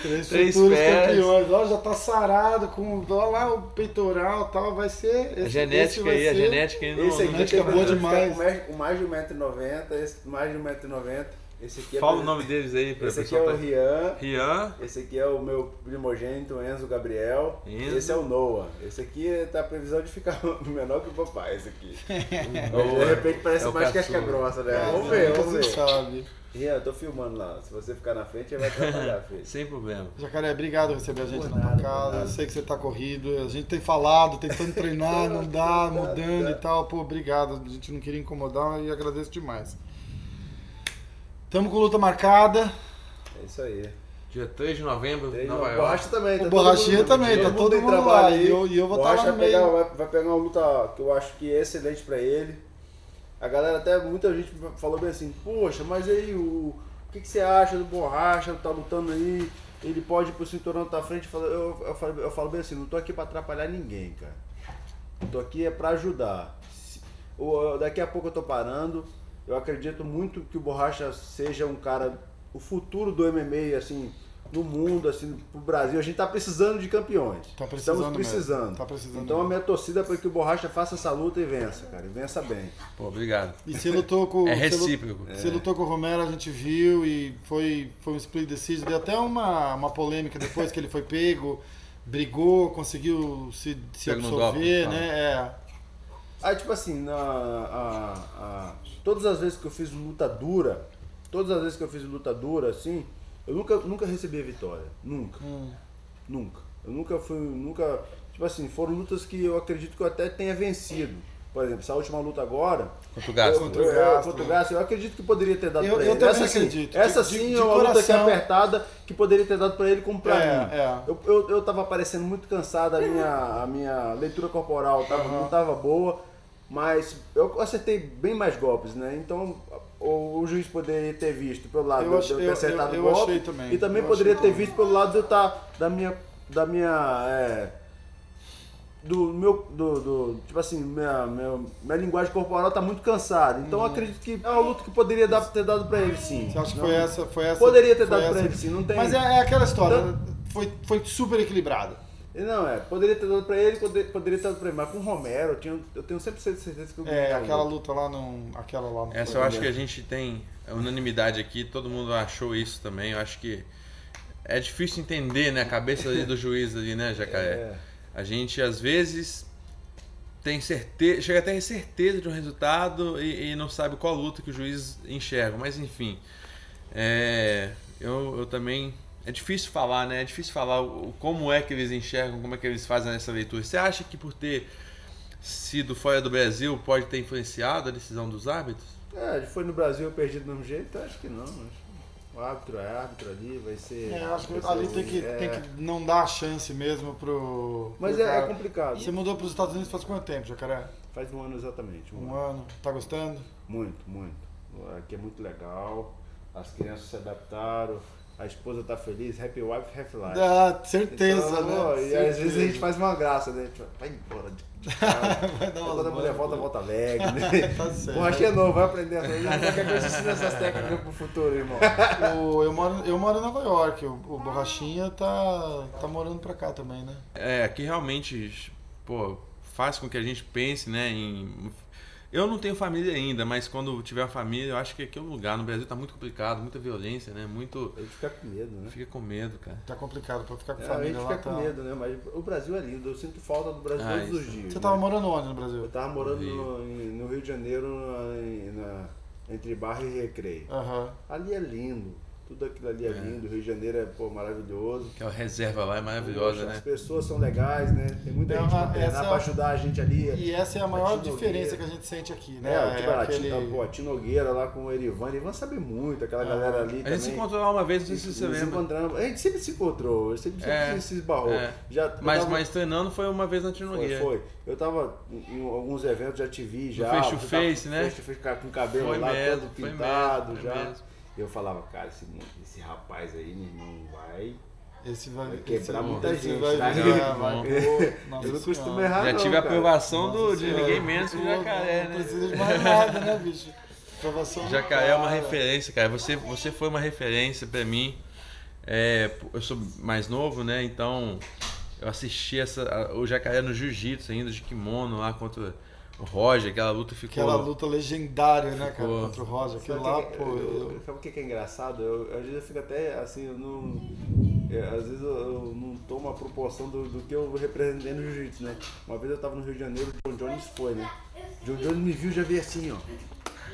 Três,
Três
futuros
pés.
campeões. Ó, já tá sarado com ó lá o peitoral e tal. Vai ser.
A
esse- esse
É genética
vai
aí, a
ser-
genética aí
não. Esse
não.
aqui é
Genética
tem
boa
pra-
demais.
ficar com mais- Com mais de 1,90m, esse mais de 1,90m. Esse aqui é
Fala o
pra-
nome deles aí pra
Esse aqui é
pessoal.
o Rian.
Rian.
Esse aqui é o meu primogênito, Enzo Gabriel.
Enzo.
Esse é o Noah. Esse aqui é- tá a previsão de ficar menor que o papai, esse aqui. Mas de
Noah.
repente parece
É o
mais
caçula.
casca grossa, né?
É,
vamos ver,
nunca
vamos
se
ver.
sabe.
Rian, eu tô filmando lá. Se você ficar na frente, vai atrapalhar, filho.
Sem problema.
Jacaré, obrigado por receber a gente
Por
na tua
nada,
casa.
por
Eu
nada.
sei que você tá corrido. A gente tem falado, tentando treinar, não dá, mudando e tal. Pô, obrigado. A gente não queria incomodar e agradeço demais. Tamo com luta marcada.
É isso aí.
Dia 3 de novembro,
Tem
Nova
o
York.
borracha também, tá
O Borrachinha
todo
também, tá todo
tem
mundo lá,
trabalho
e eu- e eu vou tá lá
Borracha
no
vai pegar-
meio.
vai, vai pegar uma luta que eu acho que é excelente pra ele. A galera, até muita gente falou bem assim, poxa, mas aí o, o que, que você acha do borracha? Tá lutando aí, ele pode ir pro cinturão da frente. Eu, falo- eu, eu, falo- eu falo bem assim, não tô aqui pra atrapalhar ninguém, cara. Eu tô aqui é pra ajudar. Se- o- Daqui a pouco eu tô parando. Eu acredito muito que o Borracha seja um cara, o futuro do MMA, assim, no mundo, assim, pro Brasil. A gente tá precisando de campeões.
Tá precisando
Estamos
mesmo.
precisando.
Tá precisando
Então
mesmo.
a minha torcida é pra que o Borracha faça essa luta e vença, cara. E vença bem.
Pô, obrigado.
E você lutou com.
É
você lu-
recíproco.
Você lutou com o Romero, a gente viu e foi, foi um split decision. Deu até uma, uma polêmica depois que ele foi pego, brigou, conseguiu se, se
Pego no
absorver,
doping,
né? É.
Aí, tipo assim, na, a- a- todas as vezes que eu fiz luta dura, todas as vezes que eu fiz luta dura, assim, eu nunca, nunca recebi a vitória. Nunca.
Hum.
Nunca. Eu nunca fui, nunca. Tipo assim, foram lutas que eu acredito que eu até tenha vencido. Por exemplo, essa última luta agora.
Contra o gasto.
eu-
Contra o
eu-
Gasto,
contra o
né?
Gasto, eu acredito que poderia ter dado
Eu-
pra
eu
ele.
também
essa sim,
acredito.
Essa
De-
sim
de- de
é uma luta que é
coração.
apertada que poderia ter dado pra ele como pra
É,
mim.
é.
Eu, eu, eu tava parecendo muito cansado, a minha, a minha leitura corporal tava, não tava boa, mas eu acertei bem mais golpes, né? Então o, o juiz poderia ter visto pelo lado
Eu
de eu
achei-
ter
eu-
acertado
eu-
o
eu
golpe
achei também.
e também
Eu
poderia
achei
ter visto pelo lado de eu tá, da minha... Da minha é, do meu do, do- tipo assim minha, minha, minha linguagem corporal tá muito cansada então eu acredito que é uma luta que poderia dar, ter dado pra ele sim
Uhum. Você acha que
Não-
foi essa, foi essa?
poderia
foi
ter dado pra
essa-
ele sim não tem Então-
Mas é, é aquela história, foi, foi super equilibrada.
E Não, é. Poderia ter dado pra ele, pode- poderia ter dado pra ele. Mas com o Romero, eu, tinha, eu tenho sempre certeza que eu
É,
ganhava.
aquela luta lá não. Aquela lá não
Essa
foi
eu acho que
legal.
a gente tem unanimidade aqui, todo mundo achou isso também. Eu acho que é difícil entender, né, a cabeça ali do juiz ali, né, Jacaré?
É.
A gente às vezes tem certeza, chega até em certeza de um resultado e, e não sabe qual luta que o juiz enxerga. Mas enfim, é, eu, eu também é difícil falar, né? É difícil falar o, o- como é que eles enxergam, como é que eles fazem essa leitura. Você acha que por ter sido fora do Brasil pode ter influenciado a decisão dos árbitros?
É, ele foi no Brasil, eu perdi do mesmo jeito? eu Acho que não. mas O árbitro é árbitro ali, vai ser.
É, eu acho que
vai ser
ali
o-
tem que,
é.
tem que não dar a chance mesmo pro.
Mas
pro
é, é
cara.
complicado.
Você mudou pros Estados Unidos faz quanto tempo, Jacaré?
Faz um ano exatamente. Um
Um
ano.
ano. Tá gostando?
Muito, muito. Aqui é muito legal. As crianças se adaptaram. A esposa tá feliz. Happy wife, happy life.
Ah, certeza,
Então,
né?
ó, E às
Certeza.
vezes a gente faz uma graça, né? Tipo, vai embora de de casa.
Vai dar
Aí
umas
Quando a mulher
boas.
volta, volta alegre, né?
Tá certo.
O Raquel não, vai aprender a fazer. Qualquer coisa ensina essas técnicas pro futuro, irmão.
O- eu, moro, eu moro em Nova York, o, o Borrachinha tá, tá morando pra cá também, né?
É, aqui realmente, pô, faz com que a gente pense, né, em... Eu não tenho família ainda, mas quando tiver uma família, eu acho que aqui é um lugar. No Brasil tá muito complicado, muita violência, né, muito...
A gente fica com medo, né?
Fica com medo, cara.
Tá complicado pra ficar com a
É, a
família
gente
lá.
fica com
tá.
medo, né? Mas o Brasil é lindo. Eu sinto falta do Brasil
Ah,
todos os
isso.
dias.
Você
né?
tava morando onde no
Eu
Brasil?
tava morando
No Rio.
no, em- no Rio de Janeiro, na- em- na- entre Barra e Recreio.
Aham.
Ali é lindo. Tudo aquilo ali é, lindo, o Rio de Janeiro é pô, maravilhoso.
Que a reserva lá é maravilhosa,
Poxa, As
né?
pessoas são legais, né? Tem muita
É
gente
uma-
pra
essa
treinar,
é
pra
uma-
ajudar a gente ali.
E essa é a maior
Tino
diferença
Nogueira.
que a gente sente aqui, né?
É, tipo,
É
a
aquele-
Tina, pô, a Tina Nogueira lá com o Erivan, Erivan sabe muito, aquela galera ali
A
também.
gente se encontrou lá uma vez, não sei se
Nos
você lembra.
encontramos. A gente sempre se encontrou, a gente sempre,
É,
sempre se esbarrou.
é.
Já, eu
Mas,
tava-
mas treinando foi uma vez na
Foi,
Tinogueira.
foi. Eu tava em em alguns eventos, já te vi já.
Face to
você tava
Face,
com
né?
Face to face, cara, com o cabelo
Foi
lá
mesmo,
todo
foi
pintado
mesmo, foi
já.
mesmo.
E eu falava, cara, esse, esse rapaz aí, meu irmão, vai.
Esse vai,
Vai quebrar
esse-
muita
esse
gente,
Vai
tá?
virar, vai,
Bom.
pô, nossa
eu não costumo
senhora.
errar,
Já
Ah, não,
tive a
cara.
aprovação do, de
Senhora.
ninguém menos que o Jacaré,
Não
né?
precisa de mais nada, né, bicho? Aprovação do
Jacaré é uma
cara.
referência, cara. Você, você foi uma referência pra mim. É, pô, eu sou mais novo, né? Então eu assisti essa, a- o Jacaré no Jiu-Jitsu ainda, de kimono lá contra o Roger. Aquela luta ficou.
Aquela luta legendária, né, cara,
Pô.
contra o Roger.
Sabe
Aquilo
o
lá,
que-
pô.
eu-
eu-
Sabe o que que é engraçado? Eu, às vezes eu fico até assim, eu não. é, às vezes eu, eu não tomo a proporção do, do que eu representei no jiu-jitsu, né? Uma vez eu tava no Rio de Janeiro, o John Jones foi, né? John Jones me viu e já veio assim, ó.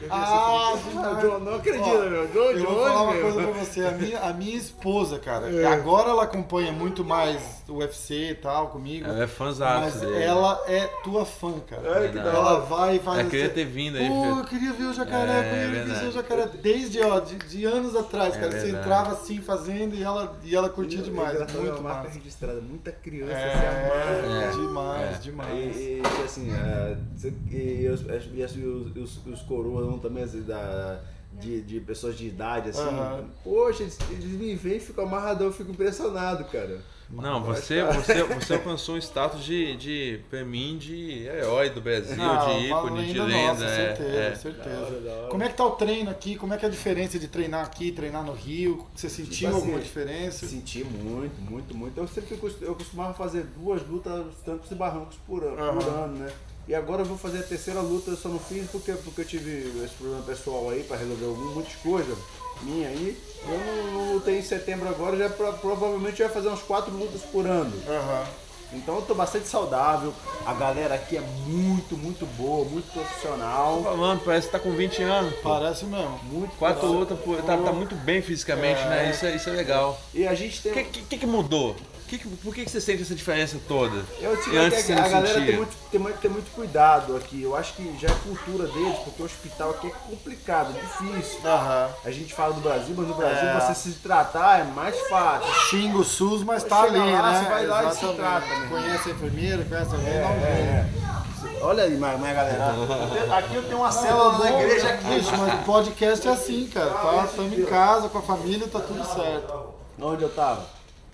Já veio
Ah,
assim, falei, "Cara,
demais.
John, não acredita,
Ó,
meu.
Eu
John
vou falar uma
Jones,
coisa pra
meu. É.
você, a minha, a minha esposa, cara, agora ela acompanha muito mais o UFC e tal comigo,
Ela é É fãzada
mas
dele.
ela é tua fã, cara.
Olha É, que da
Ela
hora.
vai e faz
Ela queria
assim,
ter vindo aí,
Pô,
filho.
eu queria ver o jacaré,
É,
eu queria ver
verdade.
o jacaré desde ó, de, de anos atrás,
É
cara. Você
verdade.
entrava assim fazendo e ela, e ela curtia demais,
Engraçado, é
muito
uma marca
massa.
registrada, muita criança se amando.
É, demais, demais.
né? E, e, tipo assim, é, cê- e, os- e as- e os, os, os coroas vão também, assim, da, de, de pessoas de idade, assim.
Aham.
Poxa, eles, eles me veem e ficam amarradão, eu fico impressionado, cara.
Não, você, você, você alcançou um status de, de, pra mim, de herói do Brasil,
Não,
de
uma
ícone, de
lenda
lenda.
nossa,
é,
certeza,
é.
certeza.
Da hora, da hora.
Como é que tá o treino aqui? Como é que é a diferença de treinar aqui, treinar no Rio? Você sentiu
assim,
alguma diferença?
Senti muito, muito, muito. Eu sempre costu- eu costumava fazer duas lutas, os trancos e barrancos por ano, por
Aham.
ano, né? E agora eu vou fazer a terceira luta, eu só não fiz porque, porque eu tive esse problema pessoal aí pra resolver algum, muitas coisas minha aí. Eu não, não lutei em setembro agora, já pro- provavelmente eu ia fazer umas quatro lutas por ano.
Aham.
Então eu tô bastante saudável, a galera aqui é muito, muito boa, muito
Tô
profissional.
falando, parece que tá com 20 anos, pô.
Parece mesmo.
Muito
Quatro
profissional.
lutas, por, tá, tá muito bem fisicamente,
É.
né? Isso é, isso é legal.
E a gente tem.
O que, que- que mudou? Que que- por que, que você sente essa diferença toda?
Eu te
E
digo
antes
que
você
a, a
não
galera
sentia.
tem muito, tem, muito, tem muito cuidado aqui. Eu acho que já é cultura deles, porque o hospital aqui é complicado, difícil.
Aham.
A gente fala do Brasil, mas no Brasil
É.
você se tratar é mais fácil.
Xinga o SUS, mas tá ali,
Chega lá,
né?
você vai lá e se
Exatamente.
trata, né?
Conhece a enfermeira, conhece alguém, dá um jeito.
É. Olha aí, minha minha galera. Aqui eu tenho uma
é Tá
célula da igreja aqui.
Bicho, mas o podcast é assim, cara. Tá, estamos em casa, com a família, tá tudo certo.
Onde eu tava?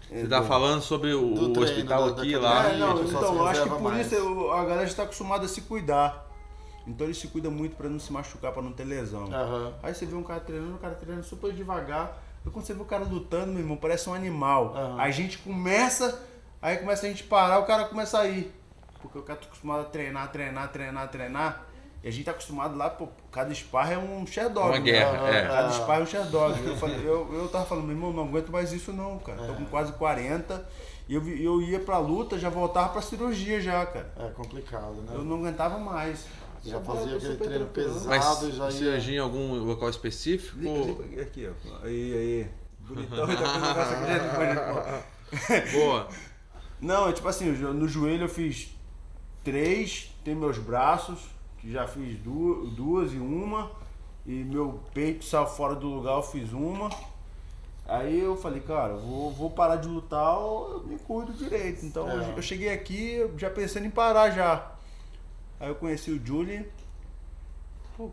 Você tá falando sobre o,
Do
o
treino,
hospital
da- da
aqui
academia.
lá.
É, não,
o pessoal
então,
se
eu acho que
reserva
por
mais.
isso eu- a galera está acostumada a se cuidar. Então ele se cuida muito pra não se machucar, pra não ter lesão.
Aham.
Aí você vê um cara treinando, o cara treinando super devagar. E quando você vê o cara lutando, meu irmão, parece um animal.
Aham.
A gente começa, aí começa a gente parar, o cara começa a ir. Porque o cara tá acostumado a treinar, treinar, treinar, treinar. E a gente tá acostumado lá, pô, cada sparra é um Sherdog.
Uma guerra, é.
Cada sparra é um Sherdog. Eu, falei- eu, eu tava falando, meu irmão, não aguento mais isso não, cara. Tô com
É.
quase 40. E eu, vi- eu ia pra luta, já voltava pra cirurgia já, cara.
É complicado,
Eu
né?
não aguentava mais.
Já
Eu
fazia
tô
aquele
super
treino
tranquilo.
pesado.
Mas
Errado, já ia-
cirurgia em algum local específico?
Liga, liga aqui, ó. Aí, aí. Bonitão, ele tá com o negócio aqui dentro, pô.
Boa.
Não, é tipo assim, no joelho eu fiz três, tem meus braços, que já fiz duas, duas e uma, e meu peito saiu fora do lugar, eu fiz uma. Aí eu falei, cara, eu vou, vou parar de lutar ou eu me cuido direito. Então
É.
eu cheguei aqui já pensando em parar já. Aí eu conheci o Julie. Pô,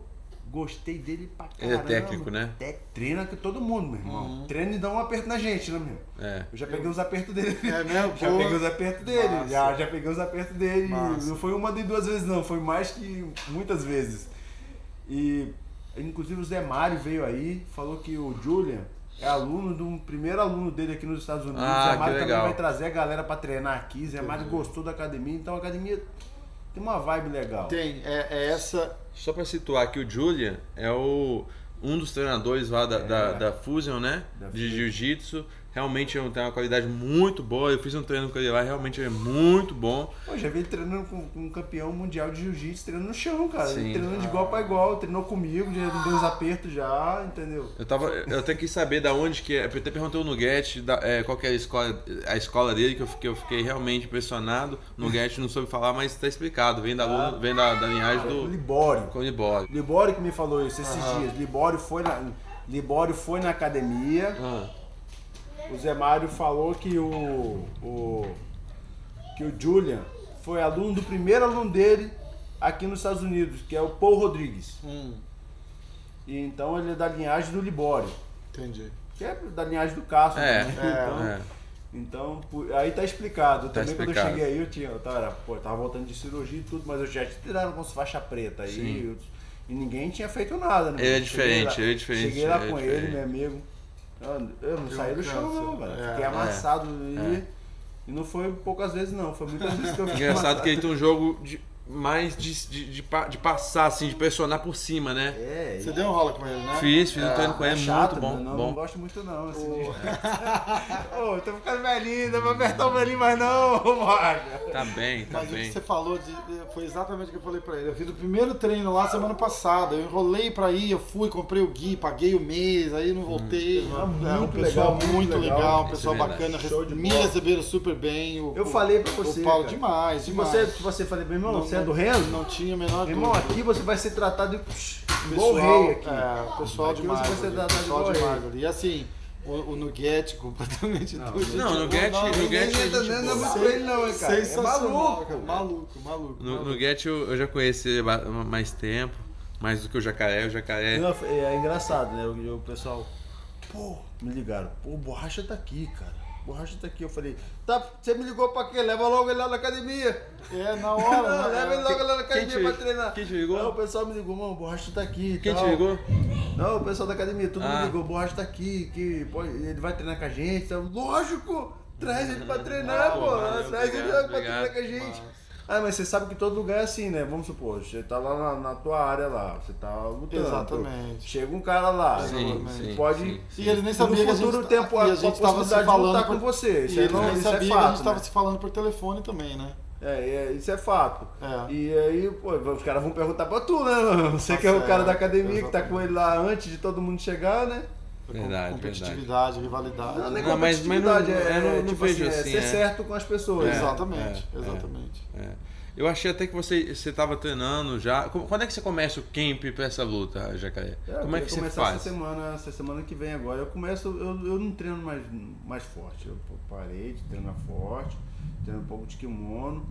gostei dele pra
Ele é
caramba.
técnico, né?
Te- treina que todo mundo, meu irmão. Treina e dá um aperto na gente, né, meu? irmão?
É.
Eu já peguei uns apertos dele.
É mesmo?
Já
Pô.
peguei os apertos dele.
Massa.
Já, já peguei os apertos dele.
Massa.
Não foi uma nem duas vezes, não. Foi mais que muitas vezes. E, inclusive, o Zé Mário veio aí, falou que o Julian é aluno de um primeiro aluno dele aqui nos Estados Unidos.
Ah,
o Zé Mário
que
também
legal.
vai trazer a galera pra treinar aqui. Zé Mário gostou da academia, então a academia tem uma vibe legal.
Tem, é, é essa.
Só pra situar aqui, o Julian é o, um dos treinadores lá da, da, da Fusion, né?
Da
de
Fusion.
Jiu-Jitsu. Realmente é um- tem uma qualidade muito boa. Eu fiz um treino com ele lá, realmente é muito bom.
Pô, já vi ele treinando com, com um campeão mundial de jiu-jitsu, treinando no chão, cara.
Sim.
Ele treinando de igual pra igual, treinou comigo, já me deu uns apertos já, entendeu?
Eu tava. Eu até quis saber da onde que é. Eu até perguntei no Nuguete da- é, qual que é a escola, a escola dele, que eu fiquei, eu fiquei realmente impressionado. No Nuguete não soube falar, mas tá explicado. Vem da, aluno- vem da, da linhagem
O
do
Libório.
Conibore.
Libório que me falou isso esses dias. Libório foi na, Libório foi na academia.
Ah,
O Zé Mário falou que o, o que o Julian foi aluno do primeiro aluno dele aqui nos Estados Unidos, que é o Paul Rodrigues.
Hum,
E então ele é da linhagem do Libório,
entendi.
que é da linhagem do Castro.
É,
também. Então,
é.
Então, pu- aí tá explicado. Eu
Tá
também
explicado.
quando eu cheguei aí, eu tinha, eu tava, pô, eu tava voltando de cirurgia e tudo, mas eu já tiraram com faixa preta aí.
Sim.
eu- e ninguém tinha feito nada, né?
Ele é
Cheguei
diferente, ele é diferente,
Cheguei lá
ele é
com ele,
diferente.
meu amigo. Eu, eu não
Deu
saí
um
do chão, não,
câncer.
velho.
É,
Fiquei
é,
amassado ali. E não foi poucas vezes, não. Foi muitas vezes que eu fiquei
Engraçado que
amassado.
ele tem um jogo de- mais de, de, de pa- de passar, assim, de pressionar por cima, né?
É,
Você deu um rola com ele, né?
Fiz, fiz um treino com
é
ele,
chato,
muito bom.
mano, Não, não
bom.
gosto muito, não. Esse Ô, tô ficando velhinho, não vou apertar o velhinho mais, não, Mário.
Tá bem, tá
Mas o
bem.
que
é
você falou de- foi exatamente o que eu falei pra ele. Eu fiz o primeiro treino lá semana passada. Eu enrolei pra ir, eu fui, comprei o gui, paguei o mês, aí não voltei.
Ah, muito
um pessoal
legal,
muito
muito
legal,
legal.
um pessoal
Hum, Isso é verdade.
bacana.
Show de
me
bola.
receberam super bem. O,
Eu
o-
falei pra você,
O Paulo,
cara.
demais,
Se
demais.
você, se você falar, meu irmão,
Não-
você é do Renzo?
Não é tinha a menor
Meu irmão,
dúvida.
aqui você vai ser tratado psh, igual
pessoal,
o rei aqui.
É, o pessoal
Aqui
demais.
você tá
ali,
dá-
o
dá
pessoal
igual a
demais ali. E assim, o, o Nugget completamente doido.
Não, no Get, no
ninguém
Get a
tá
gente
dando
boa.
muito pra ele não, hein, cara. É
Sensacional,
maluco,
cara.
velho.
Maluco, maluco.
No,
maluco.
no Get eu, eu já conheci ele há mais tempo, mais do que o jacaré. O jacaré.
Não, É, é engraçado, né? O, o pessoal, pô, me ligaram. Pô, o borracha tá aqui, cara. O Borracha tá aqui. Eu falei, tá, você me ligou pra quê? Leva logo ele lá na academia.
É, na
Não,
hora. né?
leva ele logo lá na
Quem
academia
te,
pra treinar.
quem te
Não, o
ligou?
pessoal me ligou, mano, o borracha tá aqui. e
Quem te
tal.
ligou?
Não, o pessoal da academia, todo
Ah.
mundo ligou, o Borracha tá aqui, que pode- ele vai treinar com a gente. tá? Lógico! Traz ele pra treinar,
Pô,
pô!
valeu,
traz ele
obrigado,
pra treinar com a gente. Ah, mas você sabe que todo lugar é assim, né? Vamos supor, você tá lá na, na tua área lá, você tá lutando.
Exatamente.
Chega um cara lá,
Sim,
você
sim,
pode.
sim, sim.
E ele nem sabia
no
que a gente,
futuro
tá-
tempo
e
a,
a gente tava se
a possibilidade de
falando
lutar
por-
com você. Isso,
e
é,
ele
não,
nem
isso
sabia
é
que a
fato.
gente
né?
tava se falando por telefone também, né?
É, é, isso é fato.
É.
E aí, pô, os caras vão perguntar pra tu, né? mano? Você
Tá
que é o
certo,
cara da academia que tá
exatamente.
com ele lá antes de todo mundo chegar, né?
Com-
Verdade,
competitividade, rivalidade.
Não, nem
Não, mas- mas não-
competitividade, é,
eu não-
é,
não
tipo
vejo
assim,
assim,
é ser
é.
certo com as pessoas.
É.
Exato.
Exatamente,
é,
exatamente.
É. Eu achei até que você você estava treinando já. Como- Quando é que você começa o camp para essa luta, Jacaré?
É, eu
Como é
queria
que você
começar
faz?
Essa semana, essa semana que vem agora, eu começo, eu, eu não treino mais, mais forte. Eu parei de treinar forte, treino um pouco de kimono.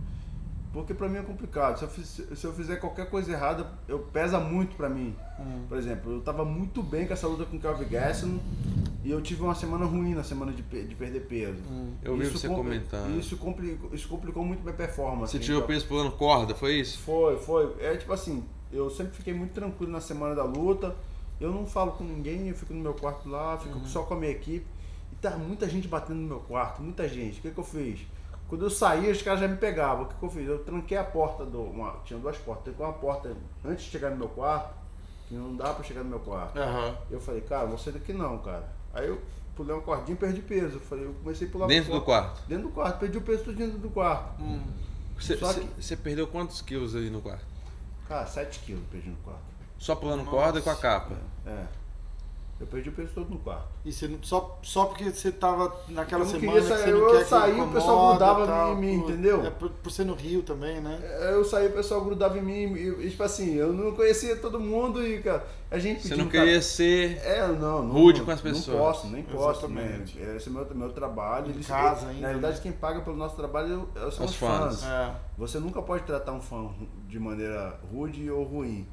Porque pra mim é complicado. Se eu, fiz- se eu fizer qualquer coisa errada, eu pesa muito pra mim.
é.
Por exemplo, eu tava muito bem com essa luta com o Kelvin Gastelum e eu tive uma semana ruim na semana de, pe- de perder peso.
Eu vi você
com-
comentando.
Isso complicou, isso complicou muito minha performance.
Você
né?
tirou
Então,
peso pulando corda, foi isso?
foi, foi. É tipo assim, eu sempre fiquei muito tranquilo na semana da luta. Eu não falo com ninguém, eu fico no meu quarto lá, fico
Uhum.
só com a minha equipe. E tá muita gente batendo no meu quarto, muita gente. O que, que eu fiz? Quando eu saí, os caras já me pegavam. O que, que eu fiz? Eu tranquei a porta do. Uma, tinha duas portas. Tranquei uma porta antes de chegar no meu quarto, que não dá pra chegar no meu quarto.
Aham.
Eu falei, cara, não sei daqui não, cara. Aí eu pulei uma cordinha e perdi peso. Eu falei, eu comecei a pular
Dentro do
uma corda-
quarto.
Dentro do quarto, perdi o peso todo dentro do quarto.
Você,
Só
você-
que-
você perdeu quantos quilos aí no quarto?
Cara, 7 quilos perdi no quarto.
Só pulando corda e com a capa.
É. Eu perdi o peso todo no quarto.
E você não- só, só porque você tava naquela
Eu não
semana
queria
que
sair,
você não
eu
quer que
saí, o pessoal
incomoda
grudava
e tal,
em mim,
por-
entendeu?
É por, por ser no Rio também, né?
É, Eu saí, o pessoal grudava em mim, e, e, tipo assim, eu não conhecia todo mundo e, cara, a gente
Você
pediu,
não
cara,
queria ser.
É, não, não.
rude com as
Não
pessoas.
posso, nem posso, né?
Exatamente.
Esse é o meu, meu trabalho.
Em
eles-
casa ainda,
Na realidade, quem paga pelo nosso trabalho é- são
Os
os
fãs.
fãs.
É.
Você nunca pode tratar um fã ru- de maneira rude ou ruim.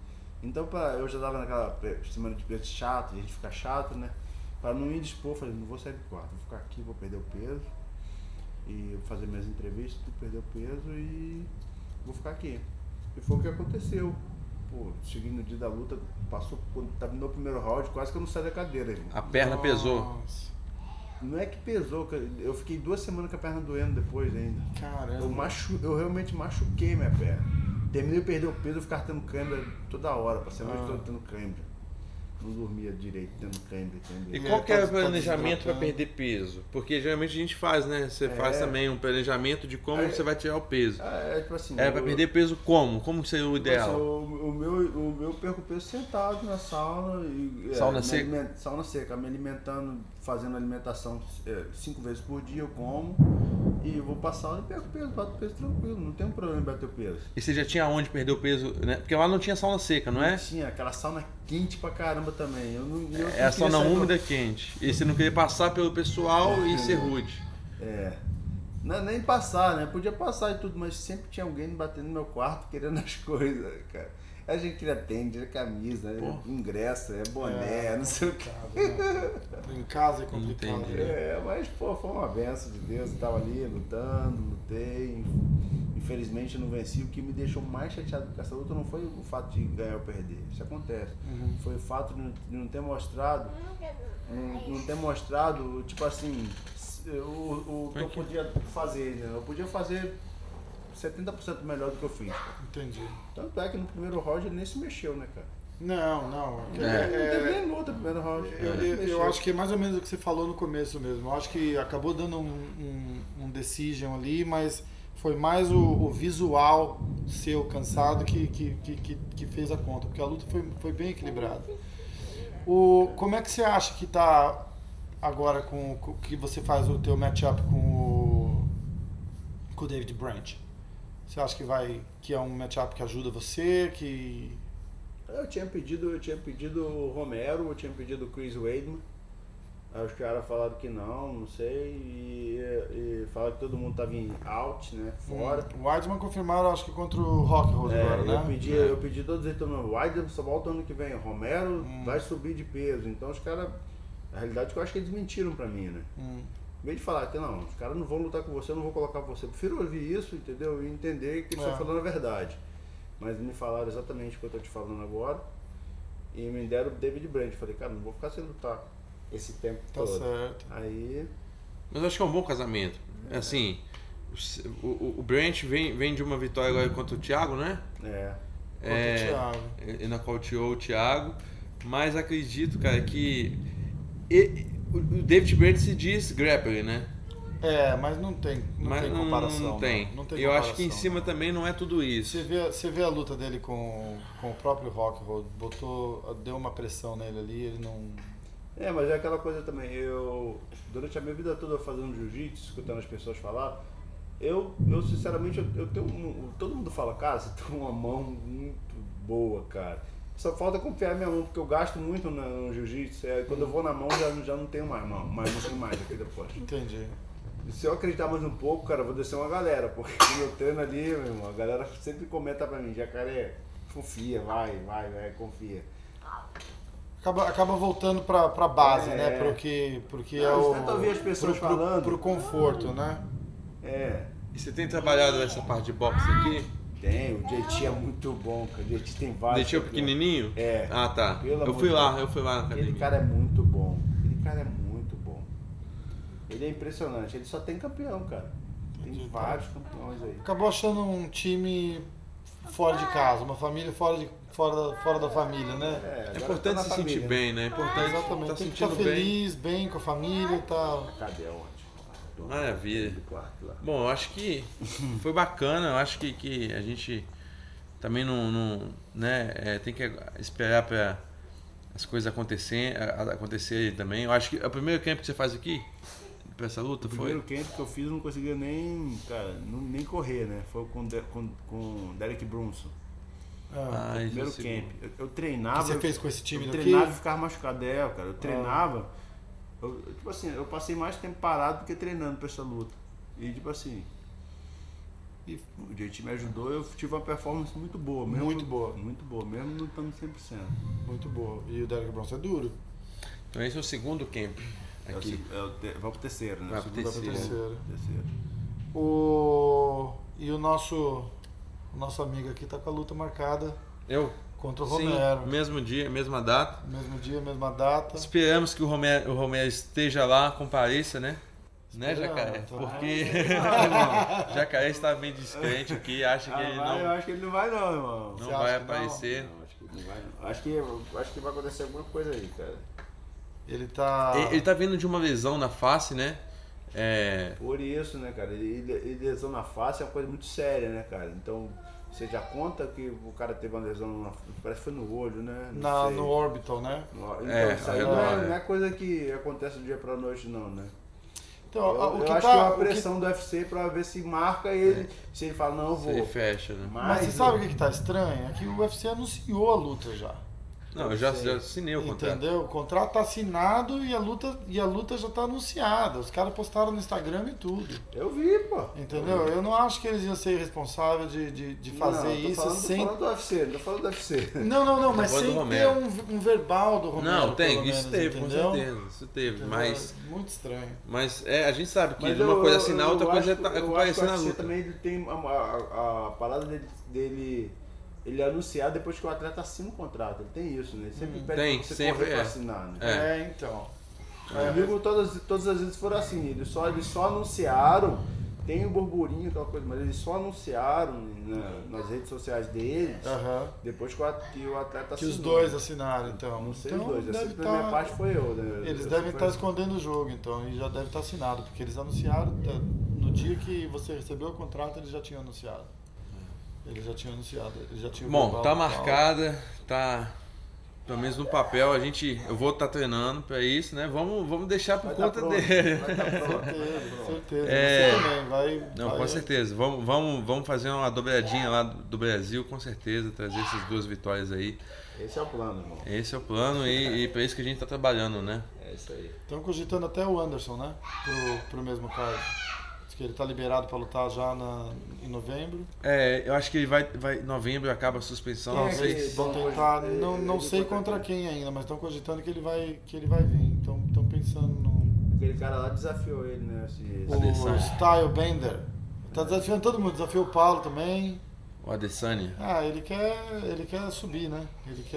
Então, pra, eu já tava naquela pe- semana de peso chato, e a gente fica chato, né? Pra não me indispor, eu falei, não vou sair do quarto, vou ficar aqui, vou perder o peso. E vou fazer minhas entrevistas, tudo perder o peso e vou ficar aqui. E foi o que aconteceu. Pô, cheguei no dia da luta, passou, quando terminou o primeiro round, quase que eu não saí da cadeira, irmão.
A perna pesou.
Nossa,
Não é que pesou, cara, eu fiquei duas semanas com a perna doendo depois ainda. Eu,
Caramba.
machu... eu realmente machuquei minha perna. Terminei de perder o peso, eu ficava tendo câimbra toda hora. Passei a noite
Ah.
toda tendo câimbra. não dormia direito, tendo câimbra, tendo...
E
É,
qual que é
tá-
o
tá
planejamento para
desidratando.
perder peso? Porque geralmente a gente faz, né? Você faz também um planejamento de como
É.
você vai tirar o peso.
Ah, é tipo assim...
É
eu-
para perder peso como? Como seria o
Tipo assim,
ideal?
o, o meu, o meu eu perco peso sentado na sauna. E, é,
Sauna
me
seca?
aliment- sauna seca, me alimentando, fazendo alimentação é, cinco vezes por dia, eu como. E eu vou pra sauna e perco peso, bato peso tranquilo, não tem problema em bater o peso.
E você já tinha onde perder o peso, né? Porque lá não tinha sauna seca, não é?
Tinha aquela sauna quente pra caramba também. Eu não, eu não
É a
queria
sauna
sair do-
úmida quente. E você não queria passar pelo pessoal e ser rude.
É. Não, nem passar, né? Podia passar e tudo, mas sempre tinha alguém batendo no meu quarto querendo as coisas, cara. A gente queria tênis, tira camisa,
Pô.
ingresso, é boné, não sei o que.
Né? Em casa é complicado.
Entendi.
né?
É, mas pô, foi uma benção de Deus. Eu tava ali lutando, lutei. Infelizmente eu não venci. O que me deixou mais chateado com essa luta não foi o fato de ganhar ou perder. Isso acontece.
Uhum.
Foi o fato de não- de não ter mostrado. Não, não ter mostrado, tipo assim, s- o, o que eu
Aqui.
podia fazer, né? Eu podia fazer 70% melhor do que eu fiz.
Entendi.
Tanto é que no primeiro round ele nem se mexeu, né, cara?
Não, não.
É.
Ele não teve nem luta no primeiro round.
Eu,
Ele
eu-
não se
eu
mexeu.
acho que é mais ou menos o que você falou no começo mesmo. Eu acho que acabou dando um, um, um decision ali, mas foi mais o, o visual seu cansado que, que, que, que- que fez a conta, porque a luta foi, foi bem equilibrada. O, como é que você acha que tá agora com, com que você faz o teu matchup com o, com o David Branch? Você acha que vai que é um matchup que ajuda você, que
Eu tinha pedido, eu tinha pedido o Romero, eu tinha pedido o Chris Weidman. Aí os caras falaram que não, não sei, e, e falaram que todo mundo tava em out, né? Fora.
O Weidman confirmaram, acho que contra o Rock Rose
É,
agora, né?
eu, pedi, eu pedi todos eles também. O Weidman só volta ano que vem. Romero
Hum.
vai subir de peso. Então os caras. Na realidade é que eu acho que eles mentiram pra mim, né?
Hum.
Em vez de falar que não, os caras não vão lutar com você, eu não vou colocar você. Eu prefiro ouvir isso, entendeu? E entender que eles
É.
estão falando a verdade. Mas me falaram exatamente o que eu tô te falando agora. E me deram o David Brandt. Falei, cara, não vou ficar sem lutar esse tempo
Tá
todo.
certo.
Aí.
Mas eu acho que é um bom casamento.
É.
Assim, o, o, o Branch vem, vem de uma vitória agora contra o Thiago, né?
É.
Contra
É,
o Thiago.
e na qual tirou o Thiago. Mas acredito, cara, que e- o o David Brandt se diz grappling, né?
É, mas não tem, não
mas
tem
não,
comparação.
não tem.
não. Não tem
Eu acho que em
comparação,
cima
não.
também não é tudo isso.
Você vê, você vê a luta dele com, com o próprio Rock Road, botou, deu uma pressão nele ali, ele não.
É, mas é aquela coisa também. Eu, durante a minha vida toda fazendo jiu-jitsu, escutando as pessoas falar, eu, eu sinceramente, eu, eu tenho. um- Todo mundo fala, cara, você tem uma mão muito boa, cara. Só falta confiar na minha mão, porque eu gasto muito na- no, jiu-jitsu. É, quando eu vou na mão, já, já não tenho mais mão, mas não tenho mais aqui depois.
Entendi.
E se eu acreditar mais um pouco, cara, eu vou descer uma galera, porque quando eu treino ali, meu irmão, a galera sempre comenta pra mim, jacaré, confia, vai, vai, vai, confia.
Acaba, acaba voltando pra, pra base,
É.
né? Pro que, pro que
Não,
é
isso
o.
tanto eu vi as pessoas
pro, pro-
falando.
Pro conforto, né?
É.
E você tem trabalhado essa parte de boxe aqui?
Tem, o JT é muito bom, cara. O JT tem vários.
Deixou
campeões.
pequenininho?
É.
Ah, tá.
Pelo
eu
amor
fui
de
lá,
Deus.
eu fui lá na
Aquele
academia.
cara é muito bom. Aquele cara é muito bom. Ele é impressionante. Ele só tem campeão, cara. Tem vários campeões aí.
Acabou achando um time fora de casa, uma família fora, de, fora, da, fora da família, né?
É
agora
importante
tá
se
na
sentir
família,
bem, né? É importante
Ah, Exatamente.
estar
Tem que
sentindo
estar
bem.
feliz, bem com a família e tal.
né? Cadê onde? Do-
Maravilha.
Do quarto lá.
Bom, eu acho que foi bacana. Eu acho que, que a gente também não, não, né, é, tem que esperar para as coisas acontecerem, a- a- acontecerem também. Eu acho que é o primeiro camp que você faz aqui para essa luta
O
foi
primeiro camp que eu fiz eu não conseguia nem, cara, não- nem correr, né? Foi com De- com, com Derek Brunson.
Ah.
Ah, esse é o
Primeiro
segundo.
camp. Eu, eu treinava.
você fez com esse time
Ah, eu
daqui?
treinava e ficava machucado. É, cara, eu treinava. eu- eu, tipo assim, eu passei mais tempo parado do que treinando pra essa luta. E tipo assim. E o JT me ajudou, eu tive uma performance muito boa, mesmo.
Muito boa.
Muito boa, mesmo não estando 100%.
Muito boa. E o Derek Bronson é duro?
Então esse é o segundo camp
É o
aqui.
se- é o te- vai pro terceiro, né?
Vai
O
pro
segundo vai pro
terceiro.
terceiro.
O... E o nosso... o nosso amigo aqui tá com a luta marcada
Eu
contra o
sim,
Romero. Tá.
mesmo dia, mesma data.
Mesmo dia, mesma data.
Esperamos que o Romero, o Romero esteja lá, compareça, né? Né,
Esperamos,
Jacaré?
tá.
Porque Jacaré está meio descrente aqui, acha que
Ah,
ele
vai, eu
não,
Ah,
acho que ele não Ah, vai não, irmão.
não
Você acha
vai
que não?
aparecer.
Não, acho que que não vai. não. Acho que, acho que vai acontecer alguma coisa aí, cara.
Ele
Ah.
tá.
Ele, ele tá vindo de uma lesão na face, né? É,
Por isso, né, cara? E, e lesão na face é uma coisa muito séria, né, cara? Então, você já conta que o cara teve uma lesão, na, parece que foi no olho, né?
na-
sei.
no orbital, né?
No- Então,
É,
isso aí
ao
não é,
redor, é.
não é coisa que acontece do dia pra noite, não, né?
Então,
Eu,
a- o
eu
que
acho
tá.
que é uma
o que-
pressão do UFC pra ver se marca ele, se ele fala, não, eu vou.
É. ele fecha, né?
Mas,
Mas você sabe o que, que tá estranho? É que o UFC anunciou a luta já.
Não, eu já,
sei. Então,
já assinei o contrato.
Entendeu? O contrato tá assinado e a luta, e a luta já tá anunciada. Os caras postaram no Instagram e tudo.
Eu vi, pô.
Entendeu? Eu não acho que eles iam ser responsáveis de, de, de fazer
não, tô
isso
falando,
sem.
Tô falando do UFC, não tô falando do UFC.
Não, não, não, mas
falando
sem
do
ter
Romero.
um, um verbal do Romero.
Não, tem,
pelo
isso
menos,
teve,
entendeu?
com certeza. Isso teve,
Entendeu?
mas.
Muito estranho.
Mas é, a gente sabe que
Mas
uma
eu-
coisa é
eu-
assinar,
eu
outra coisa é
acho-
tá-
eu
comparecer
acho que
na
o UFC
luta.
também ele tem a, a, a parada dele, dele ele anunciar depois que o atleta assina o contrato. Ele tem isso, né? Ele sempre pede
Hum. Tem,
pra você
sempre
correr pra
é.
assinar, né?
É.
É, então.
Comigo todas, todas as vezes foram assim, eles só, eles só anunciaram, tem o burburinho, aquela coisa, mas eles só anunciaram na- nas redes sociais deles
Aham.
depois que o, at- que o atleta
Que os
assinou. né?
dois assinaram, então.
Não sei
então,
os dois, essa
deve
primeira
tá-
parte foi eu, né?
Eles
Essa
devem tá estar
foi-
escondendo o jogo, então, e já deve estar assinado, porque eles anunciaram, tá, no dia que você recebeu o contrato, eles já tinham anunciado. Eles já tinham anunciado, eles já tinham
É. Bom,
verbal
tá
e tal.
marcada, tá. Pelo menos no papel, a gente. Eu vou estar treinando pra isso, né? Vamos, vamos deixar por
Vai tá
conta
pronto,
dele.
vai tá pronto.
Certeza, certeza.
É.
Você também vai...
Não,
vai-
com certeza. Vamos, vamos, vamos fazer uma dobradinha lá do do Brasil, com certeza, trazer essas duas vitórias aí.
Esse é o plano, irmão.
Esse é o plano e, e pra isso que a gente tá trabalhando, né?
É isso aí.
Estão cogitando até o Anderson, né? Pro, pro mesmo cargo. Diz que ele tá liberado pra lutar já na, em novembro.
É, eu acho que ele vai, vai. Novembro acaba a suspensão,
Quem
não
é
sei.
que-
se-
Vão
Então,
tentar,
hoje,
não,
ele-
não
ele
sei
contra
contra quem ainda, mas estão cogitando que ele vai, que ele vai vir. Então estão pensando num...
Aquele cara lá desafiou ele, né? Esse, esse-
O Style Bender. Tá desafiando todo mundo, desafiou o Paulo também.
O Adesanya.
Ah, ele quer, ele quer subir, né? Ele
É,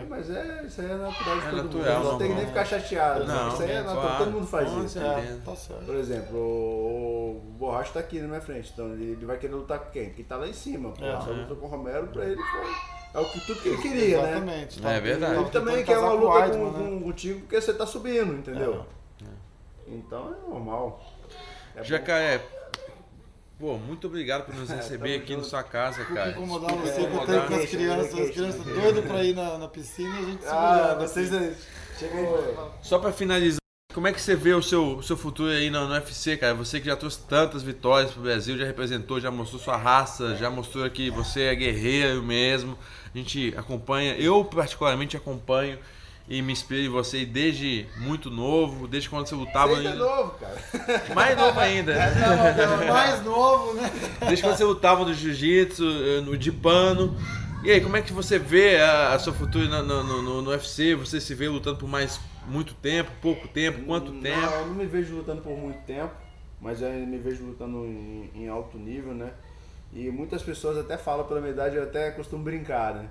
quer.
Mas é, isso aí é natural de
É
todo
natural,
mundo. Não tem que nem
normal.
ficar chateado. né?
Não,
isso aí é natural,
claro.
todo mundo faz
Com
isso.
certeza.
É, tá certo.
Por exemplo, o, o Borracha tá aqui na minha frente, então ele, ele vai querer lutar com quem? Quem tá lá em cima, pô.
É.
Só lutou com o Romero, pra ele foi. É o que tudo que ele queria, né?
Exatamente. tá
É
Tava-
verdade.
tava
Ele também
tentando
quer uma
casar com o
luta com,
Weidman, né?
com, contigo porque você tá subindo, entendeu?
É.
Então é normal. É bom.
Jacaré, pô, muito obrigado por nos
É,
receber
tamo
aqui na
junto.
sua casa, cara.
Incomodar
Desculpa
você que
é
eu
incomodar.
tenho com as
Deixa,
crianças,
deixa,
as crianças
deixa.
doidas pra ir na, na piscina e a gente se
é Ah,
né?
olhando
vocês.
assim.
Chega aí, velho.
Só pra finalizar, como é que você vê o seu, o seu futuro aí no, no UFC, cara? Você que já trouxe tantas vitórias pro Brasil, já representou, já mostrou sua
É.
raça, já mostrou que você é guerreiro mesmo. A gente acompanha, eu particularmente acompanho e me inspiro em você desde muito novo, desde quando você lutava.
Você é
ainda-
novo, É, cara.
Mais novo ainda.
Não, não, mais novo, né?
Desde quando você lutava no jiu-jitsu, eh, no de pano. E aí, como é que você vê a, a sua futuro na- no, no- no- no UFC? Você se vê lutando por mais muito tempo, pouco tempo, quanto
Não,
tempo?
eu não me vejo lutando por muito tempo, mas eu me vejo lutando em, em alto nível, né? E muitas pessoas até falam pela minha idade, eu até costumo brincar, né?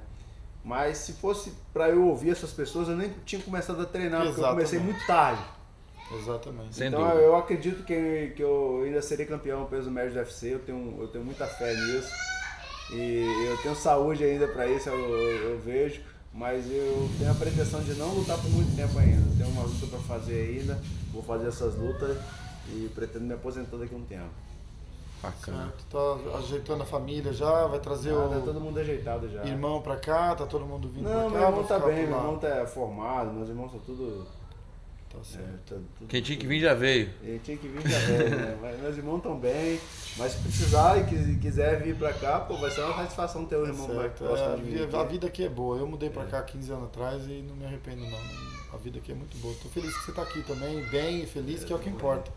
Mas se fosse pra eu ouvir essas pessoas, eu nem tinha começado a treinar, porque eu comecei
Exatamente.
muito tarde.
Exatamente.
Sem
então
dúvida.
eu acredito que, que eu ainda serei campeão peso médio do UFC, eu tenho, eu tenho muita fé nisso. E eu tenho saúde ainda pra isso, eu, eu- eu vejo. Mas eu tenho a pretensão de não lutar por muito tempo ainda. Tenho uma luta pra fazer ainda, vou fazer essas lutas e pretendo me aposentar daqui a um tempo.
Bacana.
Certo, tá ajeitando a família já, vai trazer
Já, tá
o
todo mundo ajeitado já.
irmão pra cá, tá todo mundo vindo pra
Não,
cá.
meu irmão
vou
tá
ficar
bem,
por
meu
lá.
irmão tá formado, meus irmãos são tudo.
Tá
é,
certo.
tá tudo-
Quem tinha que vir já veio.
Ele tinha que vir já velho, né? Mas meus irmãos estão bem, mas se precisar e quis- quiser vir pra cá, pô, vai ser uma satisfação ter o irmão mais
Certo, é,
próximo
a,
de mim.
vi- a vida aqui é boa. Eu mudei pra cá 15 anos atrás e não me arrependo não. A vida aqui é muito boa. Tô feliz que você tá aqui também, bem e feliz, que é o que importa.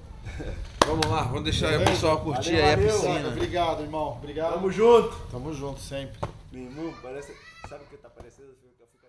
Vamos lá, vamos deixar o
Beleza?
pessoal curtir
Valeu,
aí a
valeu.
Saca,
piscina.
obrigado, irmão. Obrigado.
Tamo junto!
Tamo junto sempre.
Meu irmão, parece. Sabe o que tá parecendo? Eu fico- eu fico